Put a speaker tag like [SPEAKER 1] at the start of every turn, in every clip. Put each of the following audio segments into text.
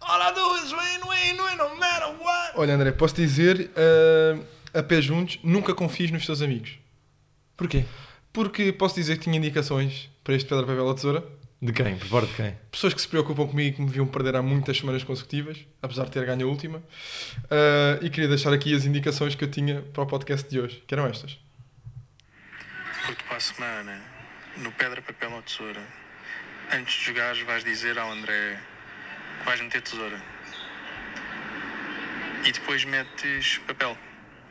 [SPEAKER 1] All I do is win, win, win, no matter what.
[SPEAKER 2] Olha, André, posso dizer ah, a pé juntos: nunca confies nos teus amigos.
[SPEAKER 1] Porquê?
[SPEAKER 2] Porque posso dizer que tinha indicações para este Pedra, Papel ou Tesoura.
[SPEAKER 1] De quem? Por parte de quem?
[SPEAKER 2] Pessoas que se preocupam comigo e que me viam perder há muitas semanas consecutivas, apesar de ter ganho a última. Ah, e queria deixar aqui as indicações que eu tinha para o podcast de hoje, que eram estas.
[SPEAKER 3] Puto, para a semana, né? no pedra, papel ou tesoura, antes de jogares vais dizer ao André que vais meter tesoura. E depois metes papel.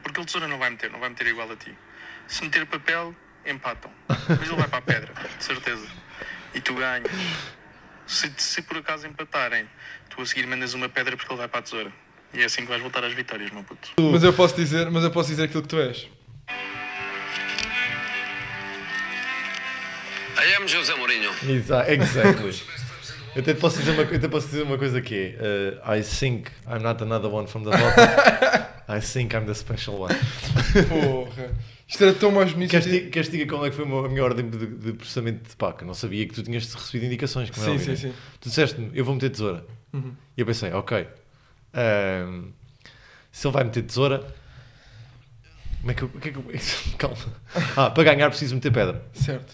[SPEAKER 3] Porque ele tesoura não vai meter, não vai meter igual a ti. Se meter papel, empatam. Mas ele vai para a pedra, de certeza. E tu ganhas. Se, se por acaso empatarem, tu a seguir mandas uma pedra porque ele vai para a tesoura. E é assim que vais voltar às vitórias, meu puto.
[SPEAKER 2] Mas eu posso dizer, mas eu posso dizer aquilo que tu és.
[SPEAKER 4] I am José Mourinho.
[SPEAKER 5] Exa- Exactly. Eu até, te posso dizer uma, co- eu até posso dizer uma coisa que é, uh, I think I'm not another one from the bottom. I think I'm the special one.
[SPEAKER 2] Porra. Isto era tão mais bonito.
[SPEAKER 5] Queres ti- queres diga como é que foi a minha ordem de, de processamento de PAC? Não sabia que tu tinhas recebido indicações. Como é
[SPEAKER 2] Sim,
[SPEAKER 5] óbvio,
[SPEAKER 2] sim,
[SPEAKER 5] né?
[SPEAKER 2] sim. Uhum.
[SPEAKER 5] Tu disseste-me, eu vou meter tesoura. E eu pensei, ok. ahm, se ele vai meter tesoura. Como é que eu. o que é que eu- Calma. Ah, para ganhar preciso meter pedra.
[SPEAKER 2] Certo.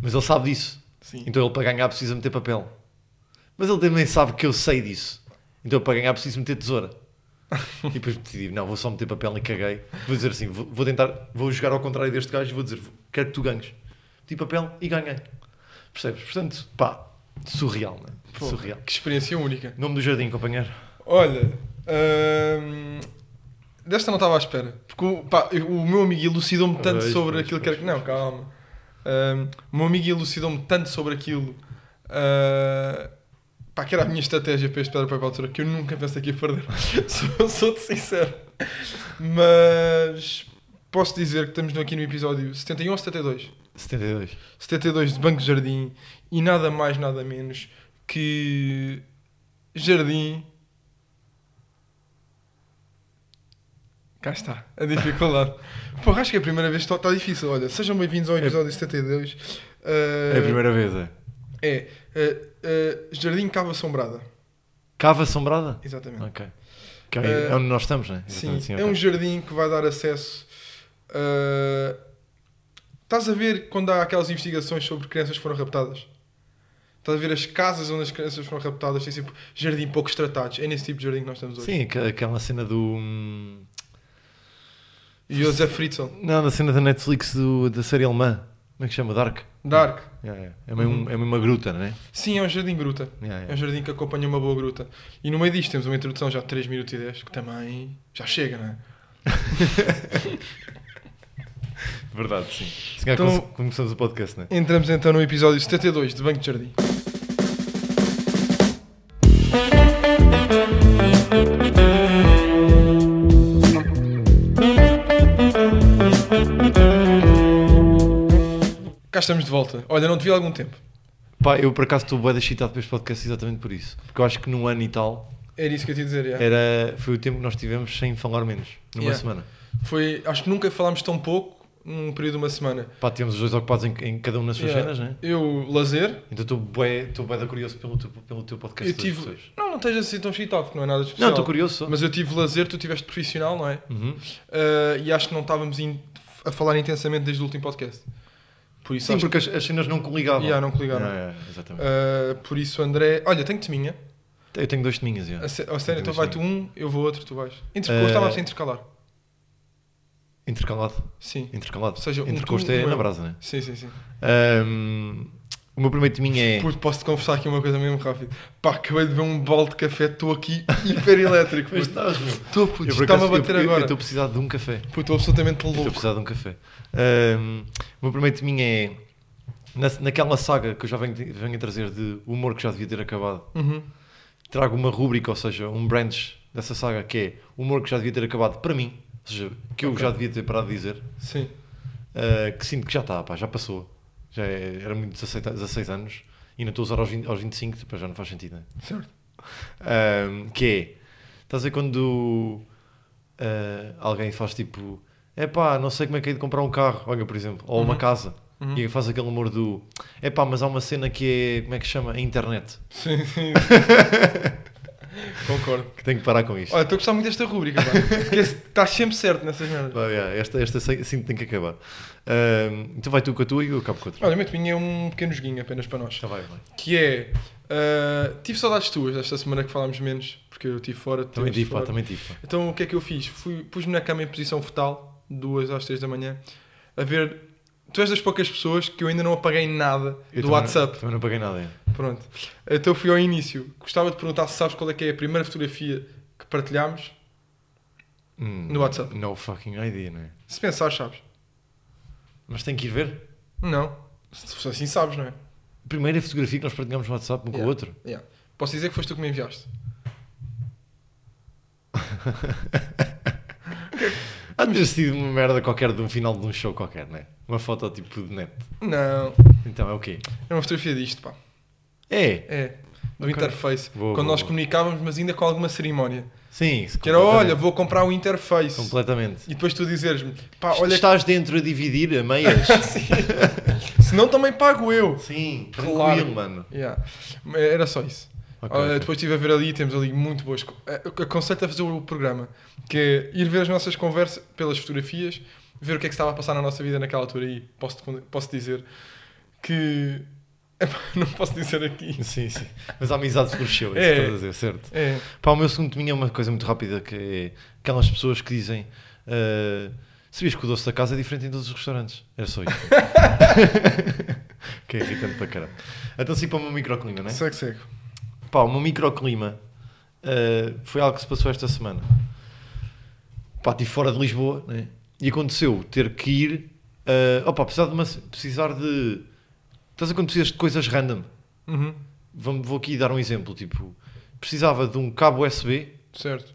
[SPEAKER 5] Mas ele sabe disso.
[SPEAKER 2] Sim.
[SPEAKER 5] Então ele para ganhar precisa meter papel. Mas ele também sabe que eu sei disso. Então para ganhar preciso meter tesoura. E depois decidi, não, vou só meter papel e caguei. Vou dizer assim, vou, vou tentar, vou jogar ao contrário deste gajo e vou dizer, quero que tu ganhes. Meti papel e ganhei. Percebes? Portanto, pá, surreal, né?
[SPEAKER 2] Porra,
[SPEAKER 5] Surreal.
[SPEAKER 2] Que experiência única.
[SPEAKER 5] Nome do jardim, companheiro.
[SPEAKER 2] Olha, hum, desta não estava à espera. Porque o, pá, eu- o meu amigo elucidou-me tanto
[SPEAKER 5] Pois,
[SPEAKER 2] sobre
[SPEAKER 5] pois,
[SPEAKER 2] aquilo
[SPEAKER 5] pois,
[SPEAKER 2] que era. Não, calma. Hum, o meu amigo elucidou-me tanto sobre aquilo. ah, pá, que era a minha estratégia para este pedra para a altura que eu nunca pensei que ia perder. sou, sou-te sincero. Mas posso dizer que estamos aqui no episódio 71 ou 72?
[SPEAKER 5] 72.
[SPEAKER 2] 72 de Banco de Jardim e nada mais, nada menos que Jardim. Cá está, a dificuldade. Porra, acho que é a primeira vez que está difícil. Olha, sejam bem-vindos ao episódio 72. Uh,
[SPEAKER 5] É a primeira vez, é.
[SPEAKER 2] É, uh, uh, Jardim Cava Assombrada.
[SPEAKER 5] Cava assombrada?
[SPEAKER 2] Exatamente.
[SPEAKER 5] Ok. Que é,
[SPEAKER 2] Eh,
[SPEAKER 5] onde nós estamos, né?
[SPEAKER 2] Sim,
[SPEAKER 5] Exatamente, sim,
[SPEAKER 2] é um
[SPEAKER 5] ok.
[SPEAKER 2] jardim que vai dar acesso. uh, Estás a ver quando há aquelas investigações sobre crianças que foram raptadas? Estás a ver as casas onde as crianças foram raptadas? Tem sempre jardim poucos tratados. É nesse tipo de jardim que nós estamos hoje.
[SPEAKER 5] Sim, aqu- aquela cena do. hum,
[SPEAKER 2] E José Fritzl,
[SPEAKER 5] Não, da cena da Netflix do, da série alemã. Como é que chama? Dark?
[SPEAKER 2] Dark. Uhum.
[SPEAKER 5] É, é. É meio, um- é meio uma gruta, não é?
[SPEAKER 2] Sim, é um jardim gruta.
[SPEAKER 5] Yeah,
[SPEAKER 2] É um
[SPEAKER 5] yeah.
[SPEAKER 2] jardim que acompanha uma boa gruta. E no meio disto temos uma introdução já de 3 minutos e 10, que também já chega, não é?
[SPEAKER 5] Verdade, sim. Se calhar
[SPEAKER 2] Então-
[SPEAKER 5] come- começamos o podcast, não é?
[SPEAKER 2] Entramos então no episódio 72 de Banco de Jardim. Cá estamos de volta. Olha, não te vi há algum tempo.
[SPEAKER 5] Pá, eu por acaso estou bué de excitado para este podcast exatamente por isso. Porque eu acho que num ano e tal
[SPEAKER 2] Era isso que eu te ia dizer,
[SPEAKER 5] É.
[SPEAKER 2] yeah.
[SPEAKER 5] era, foi o tempo que nós tivemos sem falar menos. Numa
[SPEAKER 2] Yeah.
[SPEAKER 5] semana.
[SPEAKER 2] Foi, acho que nunca falámos tão pouco num período de uma semana.
[SPEAKER 5] Pá, tivemos os dois ocupados em, em cada um nas suas
[SPEAKER 2] Yeah.
[SPEAKER 5] cenas, não é?
[SPEAKER 2] Eu, lazer.
[SPEAKER 5] Então estou bué, estou bué de curioso pelo teu, pelo teu podcast.
[SPEAKER 2] eu
[SPEAKER 5] das
[SPEAKER 2] tive...
[SPEAKER 5] pessoas.
[SPEAKER 2] Não, não estejas assim tão excitado, que não é nada de
[SPEAKER 5] Não,
[SPEAKER 2] especial.
[SPEAKER 5] estou curioso. só.
[SPEAKER 2] Mas eu tive lazer, tu tiveste profissional, não é?
[SPEAKER 5] Uhum.
[SPEAKER 2] Uh, e acho que não estávamos in- a falar intensamente desde o último podcast. Por isso
[SPEAKER 5] Sim,
[SPEAKER 2] acho
[SPEAKER 5] porque as, as cenas não
[SPEAKER 2] que
[SPEAKER 5] coligavam.
[SPEAKER 2] Yeah, não coligaram.
[SPEAKER 5] Yeah, yeah, exatamente.
[SPEAKER 2] Uh, por isso, André, olha, tenho-te minha.
[SPEAKER 5] Eu tenho dois teminhas, yeah.
[SPEAKER 2] A, sé- a sério,
[SPEAKER 5] Tenho
[SPEAKER 2] então
[SPEAKER 5] dois
[SPEAKER 2] vai tu um, eu vou outro, tu vais. Intercalou,
[SPEAKER 5] Uh,
[SPEAKER 2] estava a intercalar.
[SPEAKER 5] Intercalado.
[SPEAKER 2] Sim.
[SPEAKER 5] Intercalado.
[SPEAKER 2] Ou seja, um
[SPEAKER 5] Intercosto
[SPEAKER 2] tu,
[SPEAKER 5] é
[SPEAKER 2] um
[SPEAKER 5] na
[SPEAKER 2] eu.
[SPEAKER 5] brasa, né?
[SPEAKER 2] Sim, sim, sim.
[SPEAKER 5] Ahm, o meu primeiro teminho é.
[SPEAKER 2] Puto, posso-te confessar aqui uma coisa mesmo rápido. Pá, acabei de beber um balde de café, estou aqui hiper elétrico.
[SPEAKER 5] Pois
[SPEAKER 2] puto.
[SPEAKER 5] estás, meu.
[SPEAKER 2] Estou, puto,
[SPEAKER 5] Eu,
[SPEAKER 2] isto
[SPEAKER 5] por
[SPEAKER 2] está-me a
[SPEAKER 5] acaso,
[SPEAKER 2] bater
[SPEAKER 5] eu- eu- Eu
[SPEAKER 2] agora.
[SPEAKER 5] estou a precisar de um café.
[SPEAKER 2] Puto, estou absolutamente
[SPEAKER 5] Estou a
[SPEAKER 2] louco.
[SPEAKER 5] precisar de um café. Ahm, o meu primeiro teminho é. na- naquela saga que eu já venho, venho a trazer de humor que já devia ter acabado,
[SPEAKER 2] Uhum.
[SPEAKER 5] trago uma rúbrica, ou seja, um branch dessa saga que é humor que já devia ter acabado para mim, ou seja, que eu já devia ter parado de dizer,
[SPEAKER 2] Sim.
[SPEAKER 5] ah, que sinto que já está, pá, já passou. Já é- era muito 16, 16 anos e ainda estou a usar aos, 20, aos 25, pá, já não faz sentido, né?
[SPEAKER 2] Certo.
[SPEAKER 5] Ahm, que é, estás a ver quando ah, alguém faz tipo, é pá, não sei como é que é de comprar um carro, olha, por exemplo, ou
[SPEAKER 2] Uhum.
[SPEAKER 5] uma casa, e faz aquele humor do, é pá, mas há uma cena que é, como é que se chama? A internet.
[SPEAKER 2] Sim, sim. concordo.
[SPEAKER 5] que tenho que parar com isto.
[SPEAKER 2] Olha, estou a gostar muito desta rúbrica, pá. Porque estás sempre certo nessas merdas.
[SPEAKER 5] Ah, yeah, esta, esta sei- assim tem que acabar. Ah, então vai tu com a tua e eu acabo com a outra.
[SPEAKER 2] Olha, muito minha é um pequeno joguinho apenas para nós.
[SPEAKER 5] Já vai, vai.
[SPEAKER 2] Que é. ah, tive saudades tuas esta semana que falámos menos, porque eu estive fora. tu
[SPEAKER 5] Também
[SPEAKER 2] estiveste
[SPEAKER 5] tive, pá,
[SPEAKER 2] fora.
[SPEAKER 5] também tive. pá.
[SPEAKER 2] Então o que é que eu fiz? Fui- Pus-me na cama em posição fetal, duas às três da manhã, a ver. Tu és das poucas pessoas que eu ainda não apaguei nada
[SPEAKER 5] Eu
[SPEAKER 2] do
[SPEAKER 5] também-
[SPEAKER 2] WhatsApp.
[SPEAKER 5] Também não paguei nada. é.
[SPEAKER 2] Pronto. Então fui ao início. Gostava de perguntar se sabes qual é que é a primeira fotografia que partilhámos.
[SPEAKER 5] Hum,
[SPEAKER 2] No WhatsApp.
[SPEAKER 5] No fucking idea, não é?
[SPEAKER 2] Se pensares, sabes.
[SPEAKER 5] Mas tem que ir ver.
[SPEAKER 2] Não. Se fosse assim, sabes, não é?
[SPEAKER 5] Primeira fotografia que nós partilhamos no WhatsApp um com o
[SPEAKER 2] Yeah.
[SPEAKER 5] outro.
[SPEAKER 2] Yeah. Posso dizer que foste tu que me enviaste.
[SPEAKER 5] Há de ter sido uma merda qualquer de um final de um show qualquer, não é? Uma foto tipo de net.
[SPEAKER 2] Não.
[SPEAKER 5] Então é o quê?
[SPEAKER 2] É uma fotografia disto, pá.
[SPEAKER 5] É!
[SPEAKER 2] É. Do
[SPEAKER 5] Ok.
[SPEAKER 2] interface.
[SPEAKER 5] Boa,
[SPEAKER 2] Quando
[SPEAKER 5] boa,
[SPEAKER 2] nós
[SPEAKER 5] boa.
[SPEAKER 2] comunicávamos, mas ainda com alguma cerimónia.
[SPEAKER 5] Sim,
[SPEAKER 2] Que era,
[SPEAKER 5] completamente.
[SPEAKER 2] olha, vou comprar o interface.
[SPEAKER 5] Completamente.
[SPEAKER 2] E depois tu dizeres-me, pá, Ah, olha,
[SPEAKER 5] Estás dentro a dividir a meias?
[SPEAKER 2] se não também pago eu.
[SPEAKER 5] Sim, tranquilo,
[SPEAKER 2] Claro.
[SPEAKER 5] mano.
[SPEAKER 2] Yeah. Era só isso.
[SPEAKER 5] Ok,
[SPEAKER 2] Olha,
[SPEAKER 5] ok.
[SPEAKER 2] Depois estive a ver ali, temos ali muito boas. co- eh, Aconselho-te a fazer o programa, que é ir ver as nossas conversas pelas fotografias, ver o que é que estava a passar na nossa vida naquela altura e posso, posso dizer que. Epá, não posso dizer aqui.
[SPEAKER 5] Sim, sim. Mas a amizade se cresceu, isso
[SPEAKER 2] É.
[SPEAKER 5] que estás a dizer, certo?
[SPEAKER 2] É.
[SPEAKER 5] Pá, o meu segundo de mim é uma coisa muito rápida, que é aquelas pessoas que dizem... ah, Sabias que o doce da casa é diferente em todos os restaurantes? Era só isso. que é irritante para caramba. Então sim, para o meu microclima, não é?
[SPEAKER 2] Segue, segue.
[SPEAKER 5] Pá, o meu microclima uh, foi algo que se passou esta semana. Pá, estive fora de Lisboa né? e aconteceu ter que ir. Uh, opa, precisar de uma. Precisar de. Estás a quando precisas de coisas random.
[SPEAKER 2] Uhum.
[SPEAKER 5] Vamo- vou aqui dar um exemplo. Tipo, precisava de um cabo USB,
[SPEAKER 2] Certo.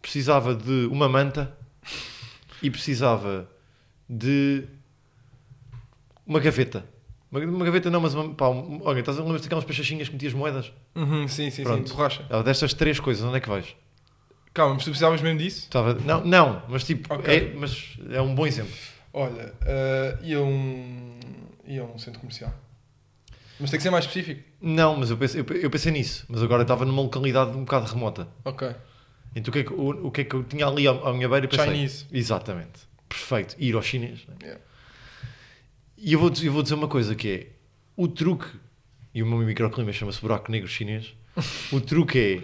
[SPEAKER 5] precisava de uma manta e precisava de uma gaveta. Uma, uma gaveta não, mas uma. Pá, um, olha, estás a lembrar daquelas pechachinhas que metias moedas?
[SPEAKER 2] Uhum, sim, sim,
[SPEAKER 5] Pronto.
[SPEAKER 2] sim. Borracha.
[SPEAKER 5] Ah, destas três coisas, onde é que vais?
[SPEAKER 2] Calma, mas tu precisavas mesmo disso?
[SPEAKER 5] Estava- Não, não, mas tipo,
[SPEAKER 2] Ok.
[SPEAKER 5] é, mas é um bom exemplo.
[SPEAKER 2] Olha, eh, ia a um. ia a um centro comercial. Mas tem que ser mais específico.
[SPEAKER 5] Não, mas eu pensei, eu, eu pensei nisso, mas agora eu estava numa localidade um bocado remota.
[SPEAKER 2] Ok.
[SPEAKER 5] Então o que é que, o, o que, é que eu tinha ali à, à minha beira e pensei...
[SPEAKER 2] Chinese.
[SPEAKER 5] Exatamente. Perfeito. Ir ao chinês. né?
[SPEAKER 2] Yeah.
[SPEAKER 5] E eu vou, dizer- eu vou dizer uma coisa que é, o truque, e o meu microclima chama-se buraco negro chinês, o truque é,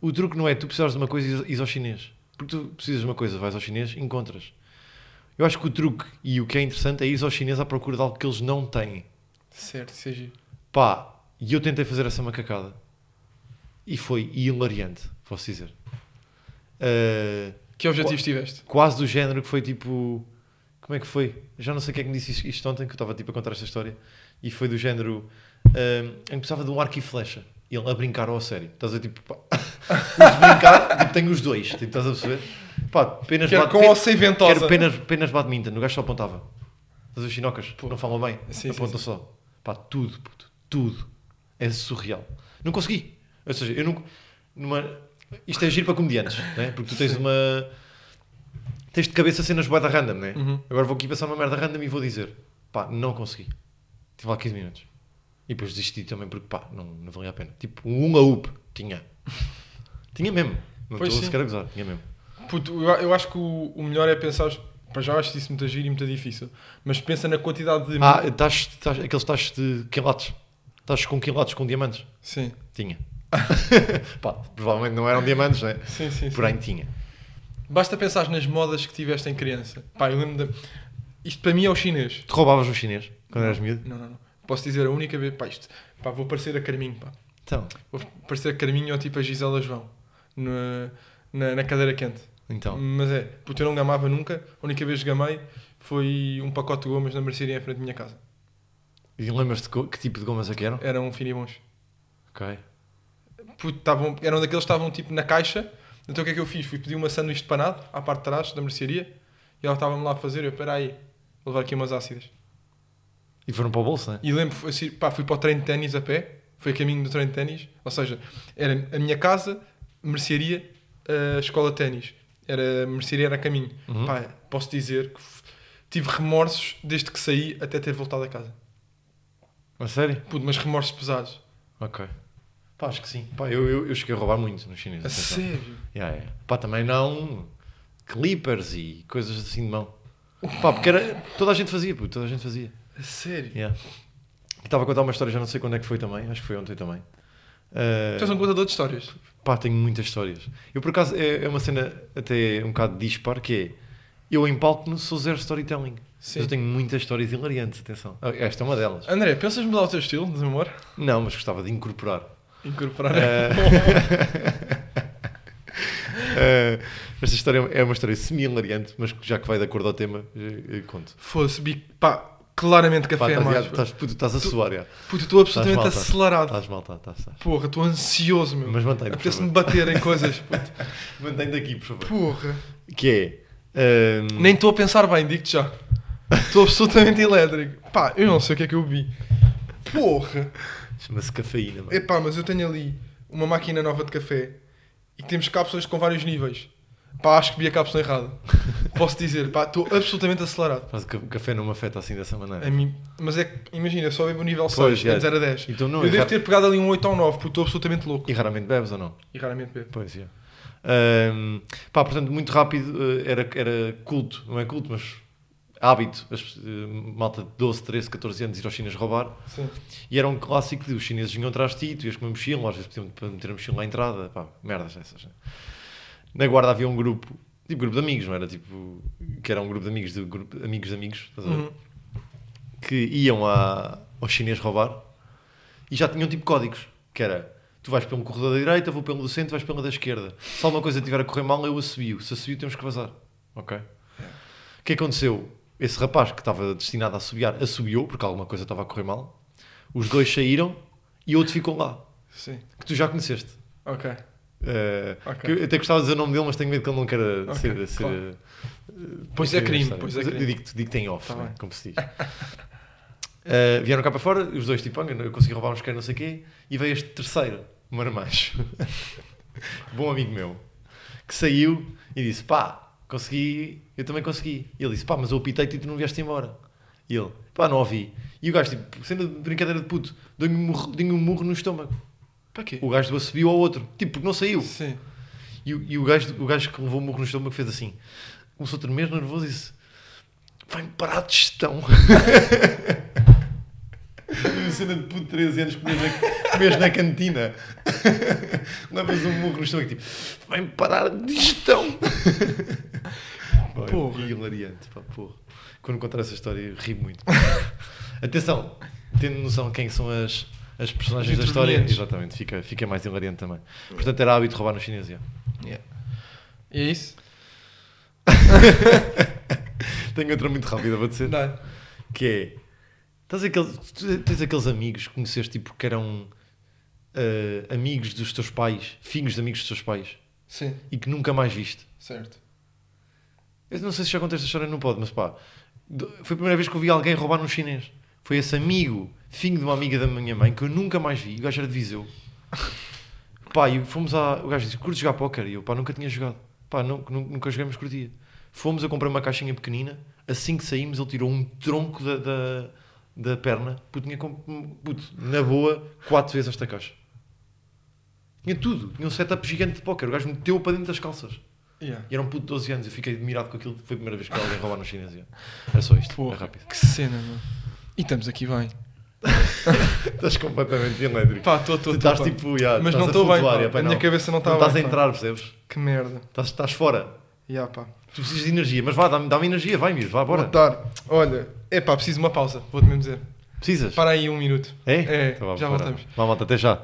[SPEAKER 5] o truque não é tu precisares de uma coisa e ires- ires ao chinês. Porque tu precisas de uma coisa, vais ao chinês, encontras. Eu acho que o truque e o que é interessante é ir ao chinês à procura de algo que eles não têm.
[SPEAKER 2] Certo, seja.
[SPEAKER 5] Pá, e eu tentei fazer essa macacada. E foi hilariante, posso dizer. Uh,
[SPEAKER 2] Que objetivos tiveste?
[SPEAKER 5] quase do género que foi tipo. Como é que foi? Já não sei quem é que me disse isto- isto ontem, que eu estava tipo a contar esta história. E foi do género. um, em que precisava de um arco e flecha. E ele a brincar ou a sério. Estás a tipo. Pá, os brincar, tipo, tenho os dois. Tipo, estás a perceber? Pá, penas
[SPEAKER 2] Quero
[SPEAKER 5] bate-
[SPEAKER 2] com
[SPEAKER 5] pe-
[SPEAKER 2] ou sem ventosa.
[SPEAKER 5] Quero penas, penas de badminton, o gajo só apontava. Mas os chinocas não falam bem,
[SPEAKER 2] Sim, sim,
[SPEAKER 5] apontam
[SPEAKER 2] sim.
[SPEAKER 5] só. Pá, tudo, puto, tudo. É surreal. Não consegui. Ou seja, eu não. Numa... Isto é giro para comediantes, né? porque tu tens uma. Tens de cabeça cenas boeda random, né?
[SPEAKER 2] Uhum.
[SPEAKER 5] Agora vou aqui passar uma merda random e vou dizer: pá, não consegui. Tive lá 15 minutos. E depois desisti também porque, pá, não, não valia a pena. Tipo, um a up, tinha. Tinha mesmo. Não
[SPEAKER 2] Pois
[SPEAKER 5] estou
[SPEAKER 2] sim.
[SPEAKER 5] sequer a gozar, tinha mesmo.
[SPEAKER 2] Puto, eu, eu acho que o, o melhor é pensar. Para já acho isso muito giro e muito difícil. Mas pensa na quantidade de.
[SPEAKER 5] Ah, estás, estás, aqueles tachos de quilates. Tachos com quilates, com diamantes.
[SPEAKER 2] Sim.
[SPEAKER 5] Tinha. Pá, provavelmente não eram diamantes, né?
[SPEAKER 2] Sim, sim, sim.
[SPEAKER 5] Porém, tinha.
[SPEAKER 2] Basta pensar nas modas que tiveste em criança. Pá, eu lembro da. Isto para mim é o chinês.
[SPEAKER 5] Tu roubavas no chinês quando eras miúdo?
[SPEAKER 2] Não, não, não. Posso dizer a única vez. Pá, isto. Pá, vou parecer a Carminho, pá.
[SPEAKER 5] Então,
[SPEAKER 2] Vou parecer a Carminho ou tipo a Gisela João. Na, na, na cadeira quente.
[SPEAKER 5] então.
[SPEAKER 2] Mas é, puto, eu não gamava nunca. A única vez que gamei foi um pacote de gomas na mercearia em frente da minha casa. um
[SPEAKER 5] E lembras-te co- que tipo de gomas é que eram?
[SPEAKER 2] Eram finibons.
[SPEAKER 5] Ok.
[SPEAKER 2] Puto, estavam- eram daqueles que estavam tipo na caixa. Então o que é que eu fiz? Fui pedir uma sanduíche de panado à parte de trás da mercearia e ela estava-me lá a fazer. Eu, espera aí, vou levar aqui umas ácidas.
[SPEAKER 5] E foram para o bolso, né?
[SPEAKER 2] E lembro, foi assim, pá, fui para o treino de ténis a pé. Foi a caminho do treino de ténis. Ou seja, era a minha casa, mercearia, a escola de ténis. Era, a mercearia era a caminho.
[SPEAKER 5] Uhum.
[SPEAKER 2] Pá, posso dizer que f- tive remorsos desde que saí até ter voltado a casa.
[SPEAKER 5] A sério?
[SPEAKER 2] Puto, mas remorsos pesados.
[SPEAKER 5] Ok. Pá, acho que sim. Pá, eu, eu, eu cheguei a roubar muito nos chineses.
[SPEAKER 2] A
[SPEAKER 5] atenção.
[SPEAKER 2] sério?
[SPEAKER 5] Yeah, yeah. Pá, também não clippers e coisas assim de mão. Pá, porque era, toda a gente fazia, puto, toda a gente fazia.
[SPEAKER 2] A sério?
[SPEAKER 5] Yeah. E Estava a contar uma história, já não sei quando é que foi também, acho que foi ontem também. Ah,
[SPEAKER 2] Tu és um contador de histórias.
[SPEAKER 5] Pá, tenho muitas histórias. Eu, por acaso, é, é uma cena até um bocado dispar, que é, eu em palco não sou zero storytelling.
[SPEAKER 2] Sim.
[SPEAKER 5] Mas eu tenho muitas histórias hilariantes, atenção. Ah, Esta é uma delas.
[SPEAKER 2] André, pensas mudar o teu estilo de humor?
[SPEAKER 5] Não, mas gostava de incorporar.
[SPEAKER 2] Incorporar.
[SPEAKER 5] É. Ah, esta história é uma história semi-hilariante, mas já que vai de acordo ao tema, eh, eh, conto.
[SPEAKER 2] Fosse, bico, pá, claramente
[SPEAKER 5] Pá, tá
[SPEAKER 2] café é
[SPEAKER 5] estás,
[SPEAKER 2] mais.
[SPEAKER 5] já- estás, puto, estás a
[SPEAKER 2] Tu- Ah.
[SPEAKER 5] suar, já.
[SPEAKER 2] Puto, eu estou absolutamente
[SPEAKER 5] Estás mal, estás-
[SPEAKER 2] acelerado.
[SPEAKER 5] Estás mal, tá, estás, estás, estás.
[SPEAKER 2] Porra, estou ansioso, meu.
[SPEAKER 5] Mas mantém, por
[SPEAKER 2] Apetece-me
[SPEAKER 5] favor.
[SPEAKER 2] bater em coisas, puto.
[SPEAKER 5] Mantém daqui, por favor.
[SPEAKER 2] Porra.
[SPEAKER 5] Que é... ahm,
[SPEAKER 2] Nem estou a pensar bem, digo-te já. Estou absolutamente elétrico. Pá, eu não sei o que é que eu vi. Porra.
[SPEAKER 5] Chama-se cafeína, mano.
[SPEAKER 2] Epá, mas eu tenho ali uma máquina nova de café e que temos cápsulas com vários níveis. Pá, acho que vi a cápsula errada. Posso dizer, pá, estou absolutamente acelerado.
[SPEAKER 5] Mas o ca- o café não me afeta assim dessa maneira.
[SPEAKER 2] A mim, mas é que, imagina, eu só bebo o nível
[SPEAKER 5] Pois,
[SPEAKER 2] 6,
[SPEAKER 5] é.
[SPEAKER 2] antes era 10.
[SPEAKER 5] Então não,
[SPEAKER 2] eu devo
[SPEAKER 5] errar-
[SPEAKER 2] ter pegado ali um 8 ou 9, porque estou absolutamente louco.
[SPEAKER 5] E raramente bebes ou não?
[SPEAKER 2] E raramente bebo.
[SPEAKER 5] É Pois é. Ahm, pá, portanto, muito rápido eh, era, era culto, não é culto, mas hábito. As, eh, malta de 12, 13, 14 anos ir aos chineses roubar.
[SPEAKER 2] Sim.
[SPEAKER 5] E era um clássico de os chineses vinham atrás de ti, tu ias com uma mochila, às vezes pediam para meter a mochila à entrada, pá, merdas dessas. né? Na guarda havia um grupo, tipo grupo de amigos, não era? Tipo, que era um grupo de amigos, de grupo- amigos de amigos, estás a ver?
[SPEAKER 2] Uhum.
[SPEAKER 5] que iam à, aos chineses roubar e já tinham tipo códigos, que era tu vais pelo corredor da direita, eu vou pelo do centro, vais pela da esquerda. Se alguma coisa estiver a correr mal, eu assobio. Se assobio, temos que vazar. Ok? O que aconteceu? Esse rapaz que estava destinado a assobiar, assobiou, porque alguma coisa estava a correr mal. Os dois saíram e outro ficou lá,
[SPEAKER 2] Sim.
[SPEAKER 5] que tu já conheceste.
[SPEAKER 2] Ok.
[SPEAKER 5] Eh,
[SPEAKER 2] Ok.
[SPEAKER 5] que eu até gostava de dizer o nome dele, mas tenho medo que ele não queira
[SPEAKER 2] Ok,
[SPEAKER 5] ser. ser
[SPEAKER 2] claro.
[SPEAKER 5] eh,
[SPEAKER 2] Pois
[SPEAKER 5] ter
[SPEAKER 2] é crime,
[SPEAKER 5] esta-
[SPEAKER 2] pois é
[SPEAKER 5] mas Eu
[SPEAKER 2] crime.
[SPEAKER 5] digo-te digo em off,
[SPEAKER 2] Tá
[SPEAKER 5] né,
[SPEAKER 2] bem.
[SPEAKER 5] como se diz. Eh, vieram cá para fora, os dois tipo, "Ah, eu consegui roubar uns que não sei o quê, e veio este terceiro, um armacho. Bom amigo meu, que saiu e disse: pá, consegui, eu também consegui. E ele disse: pá, mas eu apitei-te e tu não vieste embora. E ele: pá, não ouvi. E o gajo, tipo, sendo de brincadeira de puto, deu-lhe um, murro- deu-lhe um murro no estômago.
[SPEAKER 2] Para quê?
[SPEAKER 5] O gajo do subiu ao outro, tipo, porque não saiu.
[SPEAKER 2] Sim.
[SPEAKER 5] E, o- e o, gajo, o gajo que levou o murro no estômago fez assim. Começou a tremer nervoso e disse: Vai-me parar de gestão. Uma cena de puto de 13 anos comias na, comias na cantina. Levas um murro no estômago tipo: Vai-me parar de gestão. Pá, é
[SPEAKER 2] Porra.
[SPEAKER 5] Hilariante, pá, porra. Quando contar essa história, eu ri muito. Atenção, tendo noção de quem são as, as personagens
[SPEAKER 2] Os
[SPEAKER 5] da história,
[SPEAKER 2] intervenientes.
[SPEAKER 5] exatamente, fica, fica mais hilariante também. Portanto, era hábito roubar no chinês. já.
[SPEAKER 2] E é isso?
[SPEAKER 5] Tenho outra muito rápida, vou dizer.
[SPEAKER 2] Dá.
[SPEAKER 5] Que é. Tens aqueles, tu tens aqueles amigos que conheceste tipo, que eram ah, amigos dos teus pais, filhos de amigos dos teus pais,
[SPEAKER 2] Sim,
[SPEAKER 5] e que nunca mais viste.
[SPEAKER 2] certo.
[SPEAKER 5] Eu não sei se já contei esta história, não pode, mas pá. do- Foi a primeira vez que eu vi alguém roubar num chinês. Foi esse amigo, filho de uma amiga da minha mãe, que eu nunca mais vi. O gajo era de Viseu. Pá, e fomos a. O gajo disse: curto jogar póquer. E eu, pá, nunca tinha jogado. Pá, nu- nu- nunca joguei, mas curtia. Fomos, eu comprei uma caixinha pequenina. Assim que saímos, ele tirou um tronco da, da, da perna. Puto, tinha, comp- puto, na boa, quatro vezes esta caixa. Tinha tudo. Tinha um setup gigante de póquer. O gajo meteu para dentro das calças.
[SPEAKER 2] Yeah.
[SPEAKER 5] E era um puto de 12 anos, eu fiquei admirado com aquilo, foi a primeira vez que alguém roubou no chinês. yeah. Era só isto, é
[SPEAKER 2] Porra,
[SPEAKER 5] rápido.
[SPEAKER 2] que cena, mano. E estamos aqui bem.
[SPEAKER 5] Estás completamente elétrico.
[SPEAKER 2] Pá, estou, estou,
[SPEAKER 5] tu estás tipo, yeah, estás
[SPEAKER 2] Mas não
[SPEAKER 5] a
[SPEAKER 2] estou bem,
[SPEAKER 5] flutuar,
[SPEAKER 2] pá.
[SPEAKER 5] yeah, pá,
[SPEAKER 2] A minha cabeça não está
[SPEAKER 5] Não estás a
[SPEAKER 2] bem, pá.
[SPEAKER 5] entrar, percebes?
[SPEAKER 2] Que merda.
[SPEAKER 5] Estás, estás fora.
[SPEAKER 2] Ya, pá.
[SPEAKER 5] Tu precisas de energia, mas vá, dá-me dá energia, vai, miúdo, vá, bora.
[SPEAKER 2] Vou-te dar. Olha, é pá, preciso de uma pausa, vou-te mesmo dizer.
[SPEAKER 5] Precisas?
[SPEAKER 2] Para aí um minuto.
[SPEAKER 5] É?
[SPEAKER 2] É,
[SPEAKER 5] Então vá,
[SPEAKER 2] já
[SPEAKER 5] bora.
[SPEAKER 2] voltamos.
[SPEAKER 5] Vá, malta, até já.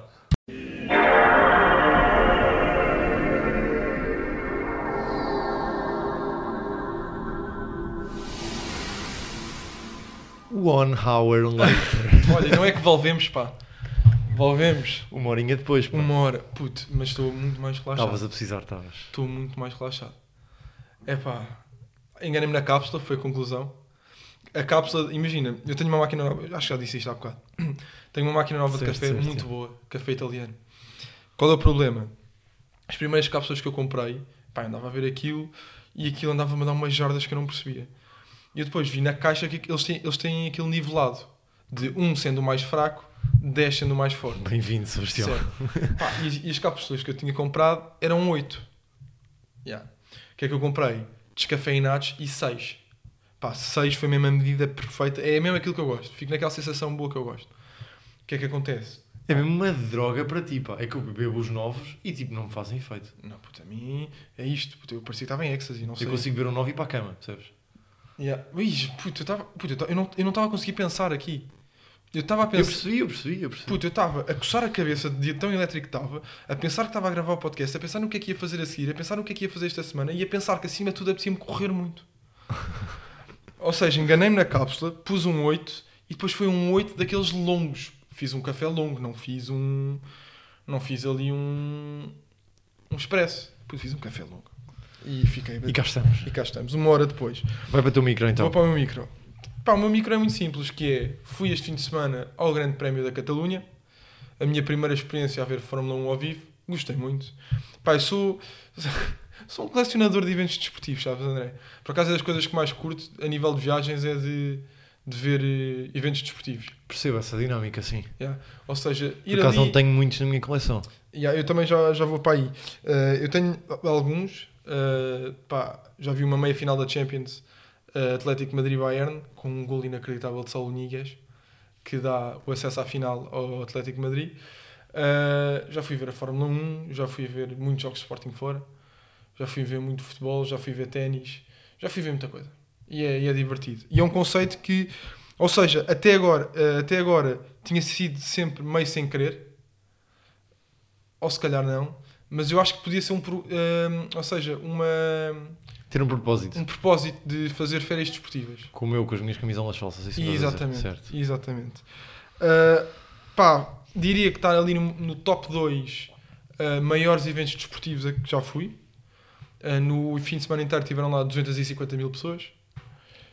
[SPEAKER 5] One hour later.
[SPEAKER 2] Olha, não é que volvemos, pá. Volvemos.
[SPEAKER 5] Uma horinha depois, pá.
[SPEAKER 2] Uma hora. Puto, mas estou muito mais
[SPEAKER 5] Estavas
[SPEAKER 2] relaxado.
[SPEAKER 5] a precisar, estavas.
[SPEAKER 2] Estou muito mais relaxado. É pá. Enganei-me na cápsula, foi a conclusão. A cápsula, imagina, eu tenho uma máquina nova, acho que já disse isto há bocado. Tenho uma máquina nova
[SPEAKER 5] Certo,
[SPEAKER 2] de café
[SPEAKER 5] certo,
[SPEAKER 2] muito
[SPEAKER 5] certo.
[SPEAKER 2] boa, café italiano. Qual é o problema? As primeiras cápsulas que eu comprei, pá, andava a ver aquilo e aquilo andava-me a dar umas jardas que eu não percebia. E eu depois vi na caixa que eles têm, eles têm aquilo nivelado, de um sendo o mais fraco 10 sendo o mais forte.
[SPEAKER 5] Bem-vindo, Sebastião.
[SPEAKER 2] Certo. Pá, e, e as cápsulas que eu tinha comprado eram 8. Yeah. O que é que eu comprei? Descafeinados e 6. Pá, 6 foi mesmo a medida perfeita. É mesmo aquilo que eu gosto. Fico naquela sensação boa que eu gosto. O que é que acontece?
[SPEAKER 5] É mesmo uma droga para ti, pá. É que eu bebo os novos e tipo não me fazem efeito.
[SPEAKER 2] Não, puta, a mim é isto. Puta, eu parecia que estava em êxtase, não sei.
[SPEAKER 5] Eu consigo beber um novo e ir para a cama, percebes?
[SPEAKER 2] Yeah. Ui, puta, eu, tava, puta, eu, ta- eu não eu não estava a conseguir pensar aqui. Eu estava a
[SPEAKER 5] Eu
[SPEAKER 2] pensar.
[SPEAKER 5] percebi, eu percebi, eu percebi.
[SPEAKER 2] Puta, eu estava a coçar a cabeça de tão elétrico que estava, a pensar que estava a gravar o podcast, a pensar no que é que ia fazer a seguir, a pensar no que é que ia fazer esta semana e a pensar que acima de tudo apetecia-me correr muito. Ou seja, enganei-me na cápsula, pus um 8 e depois foi um 8 daqueles longos. Fiz um café longo, não fiz um. Não fiz ali um. Um expresso. Puta, fiz um café longo. E fiquei.
[SPEAKER 5] E cá estamos.
[SPEAKER 2] e cá estamos, uma hora depois.
[SPEAKER 5] Vai para o teu micro então.
[SPEAKER 2] Vou para o meu micro. Pá, o meu micro é muito simples, que é, fui este fim de semana ao Grande Prémio da Catalunha, a minha primeira experiência a ver Fórmula 1 ao vivo, gostei muito. Pá, eu sou, sou um colecionador de eventos desportivos, sabes André? Por acaso é das coisas que mais curto, a nível de viagens, é de, de ver eh, eventos desportivos.
[SPEAKER 5] Percebo essa dinâmica, sim.
[SPEAKER 2] yeah. Ou seja, ir
[SPEAKER 5] Por acaso
[SPEAKER 2] ali...
[SPEAKER 5] não tenho muitos na minha coleção.
[SPEAKER 2] Yeah, eu também já, já vou para aí. Eh, eu tenho alguns. eh, pá, já vi uma meia final da Champions eh, Atlético Madrid-Bayern com um gol inacreditável de Saulo Níguez que dá o acesso à final ao Atlético Madrid. Eh, já fui ver a Fórmula 1, já fui ver muitos jogos de Sporting fora, já fui ver muito futebol, já fui ver ténis, já fui ver muita coisa. E é, e é divertido. E é um conceito que, ou seja, até agora, eh, até agora tinha sido sempre meio sem querer ou se calhar não, mas eu acho que podia ser um, pro- hum, ou seja, uma,
[SPEAKER 5] Ter um propósito.
[SPEAKER 2] um propósito de fazer férias desportivas.
[SPEAKER 5] Como eu com as minhas camisolas falsas. Isso que estás a dizer,
[SPEAKER 2] Exatamente,
[SPEAKER 5] Certo.
[SPEAKER 2] exatamente. Ah, pá, diria que estar ali no, no top 2 maiores eventos desportivos a que já fui. Ah, no fim de semana inteiro tiveram lá 250 mil pessoas.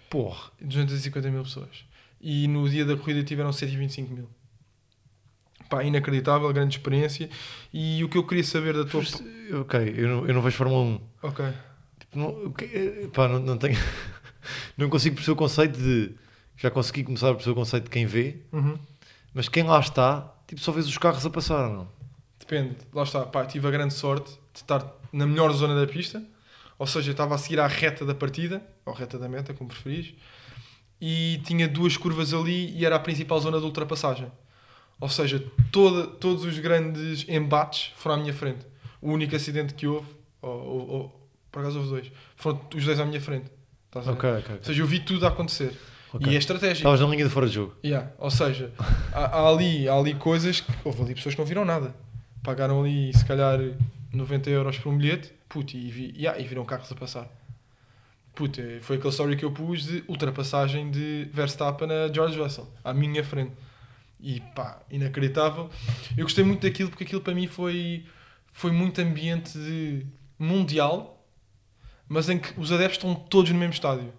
[SPEAKER 5] Porra.
[SPEAKER 2] 250 mil pessoas. E no dia da corrida tiveram 125 mil. Pá, inacreditável, grande experiência. E o que eu queria saber da tua.
[SPEAKER 5] Ok, eu não, eu não vejo Fórmula 1.
[SPEAKER 2] Ok.
[SPEAKER 5] Tipo, não, o que- eh, pá, não, não tenho. não consigo perceber o conceito de. Já consegui começar a perceber o conceito de quem vê,
[SPEAKER 2] Uhum.
[SPEAKER 5] mas quem lá está, tipo, só vês os carros a passar, não?
[SPEAKER 2] Depende, lá está, pá, tive a grande sorte de estar na melhor zona da pista, ou seja, eu estava a seguir à reta da partida, ou reta da meta, como preferires, e tinha duas curvas ali e era a principal zona de ultrapassagem. Ou seja, toda, todos os grandes embates foram à minha frente. O único acidente que houve, ou, ou, ou por acaso houve dois, foram os dois à minha frente. Estás a ver?
[SPEAKER 5] Ok, ok.
[SPEAKER 2] Ou seja, eu vi tudo a acontecer.
[SPEAKER 5] Ok. Tá
[SPEAKER 2] E é estratégico.
[SPEAKER 5] Estavas na linha de fora de jogo.
[SPEAKER 2] Yeah, Ou seja, há, há ali, há ali coisas que houve ali pessoas que não viram nada. Pagaram ali, se calhar, 90 euros por um bilhete puto, e, vi, yeah, e viram carros a passar. Puto, eh, foi aquele story que eu pus de ultrapassagem de Verstappen a George Russell, à minha frente. E pá, inacreditável. Eu gostei muito daquilo porque aquilo para mim foi, foi muito ambiente de mundial, mas em que os adeptos estão todos no mesmo estádio.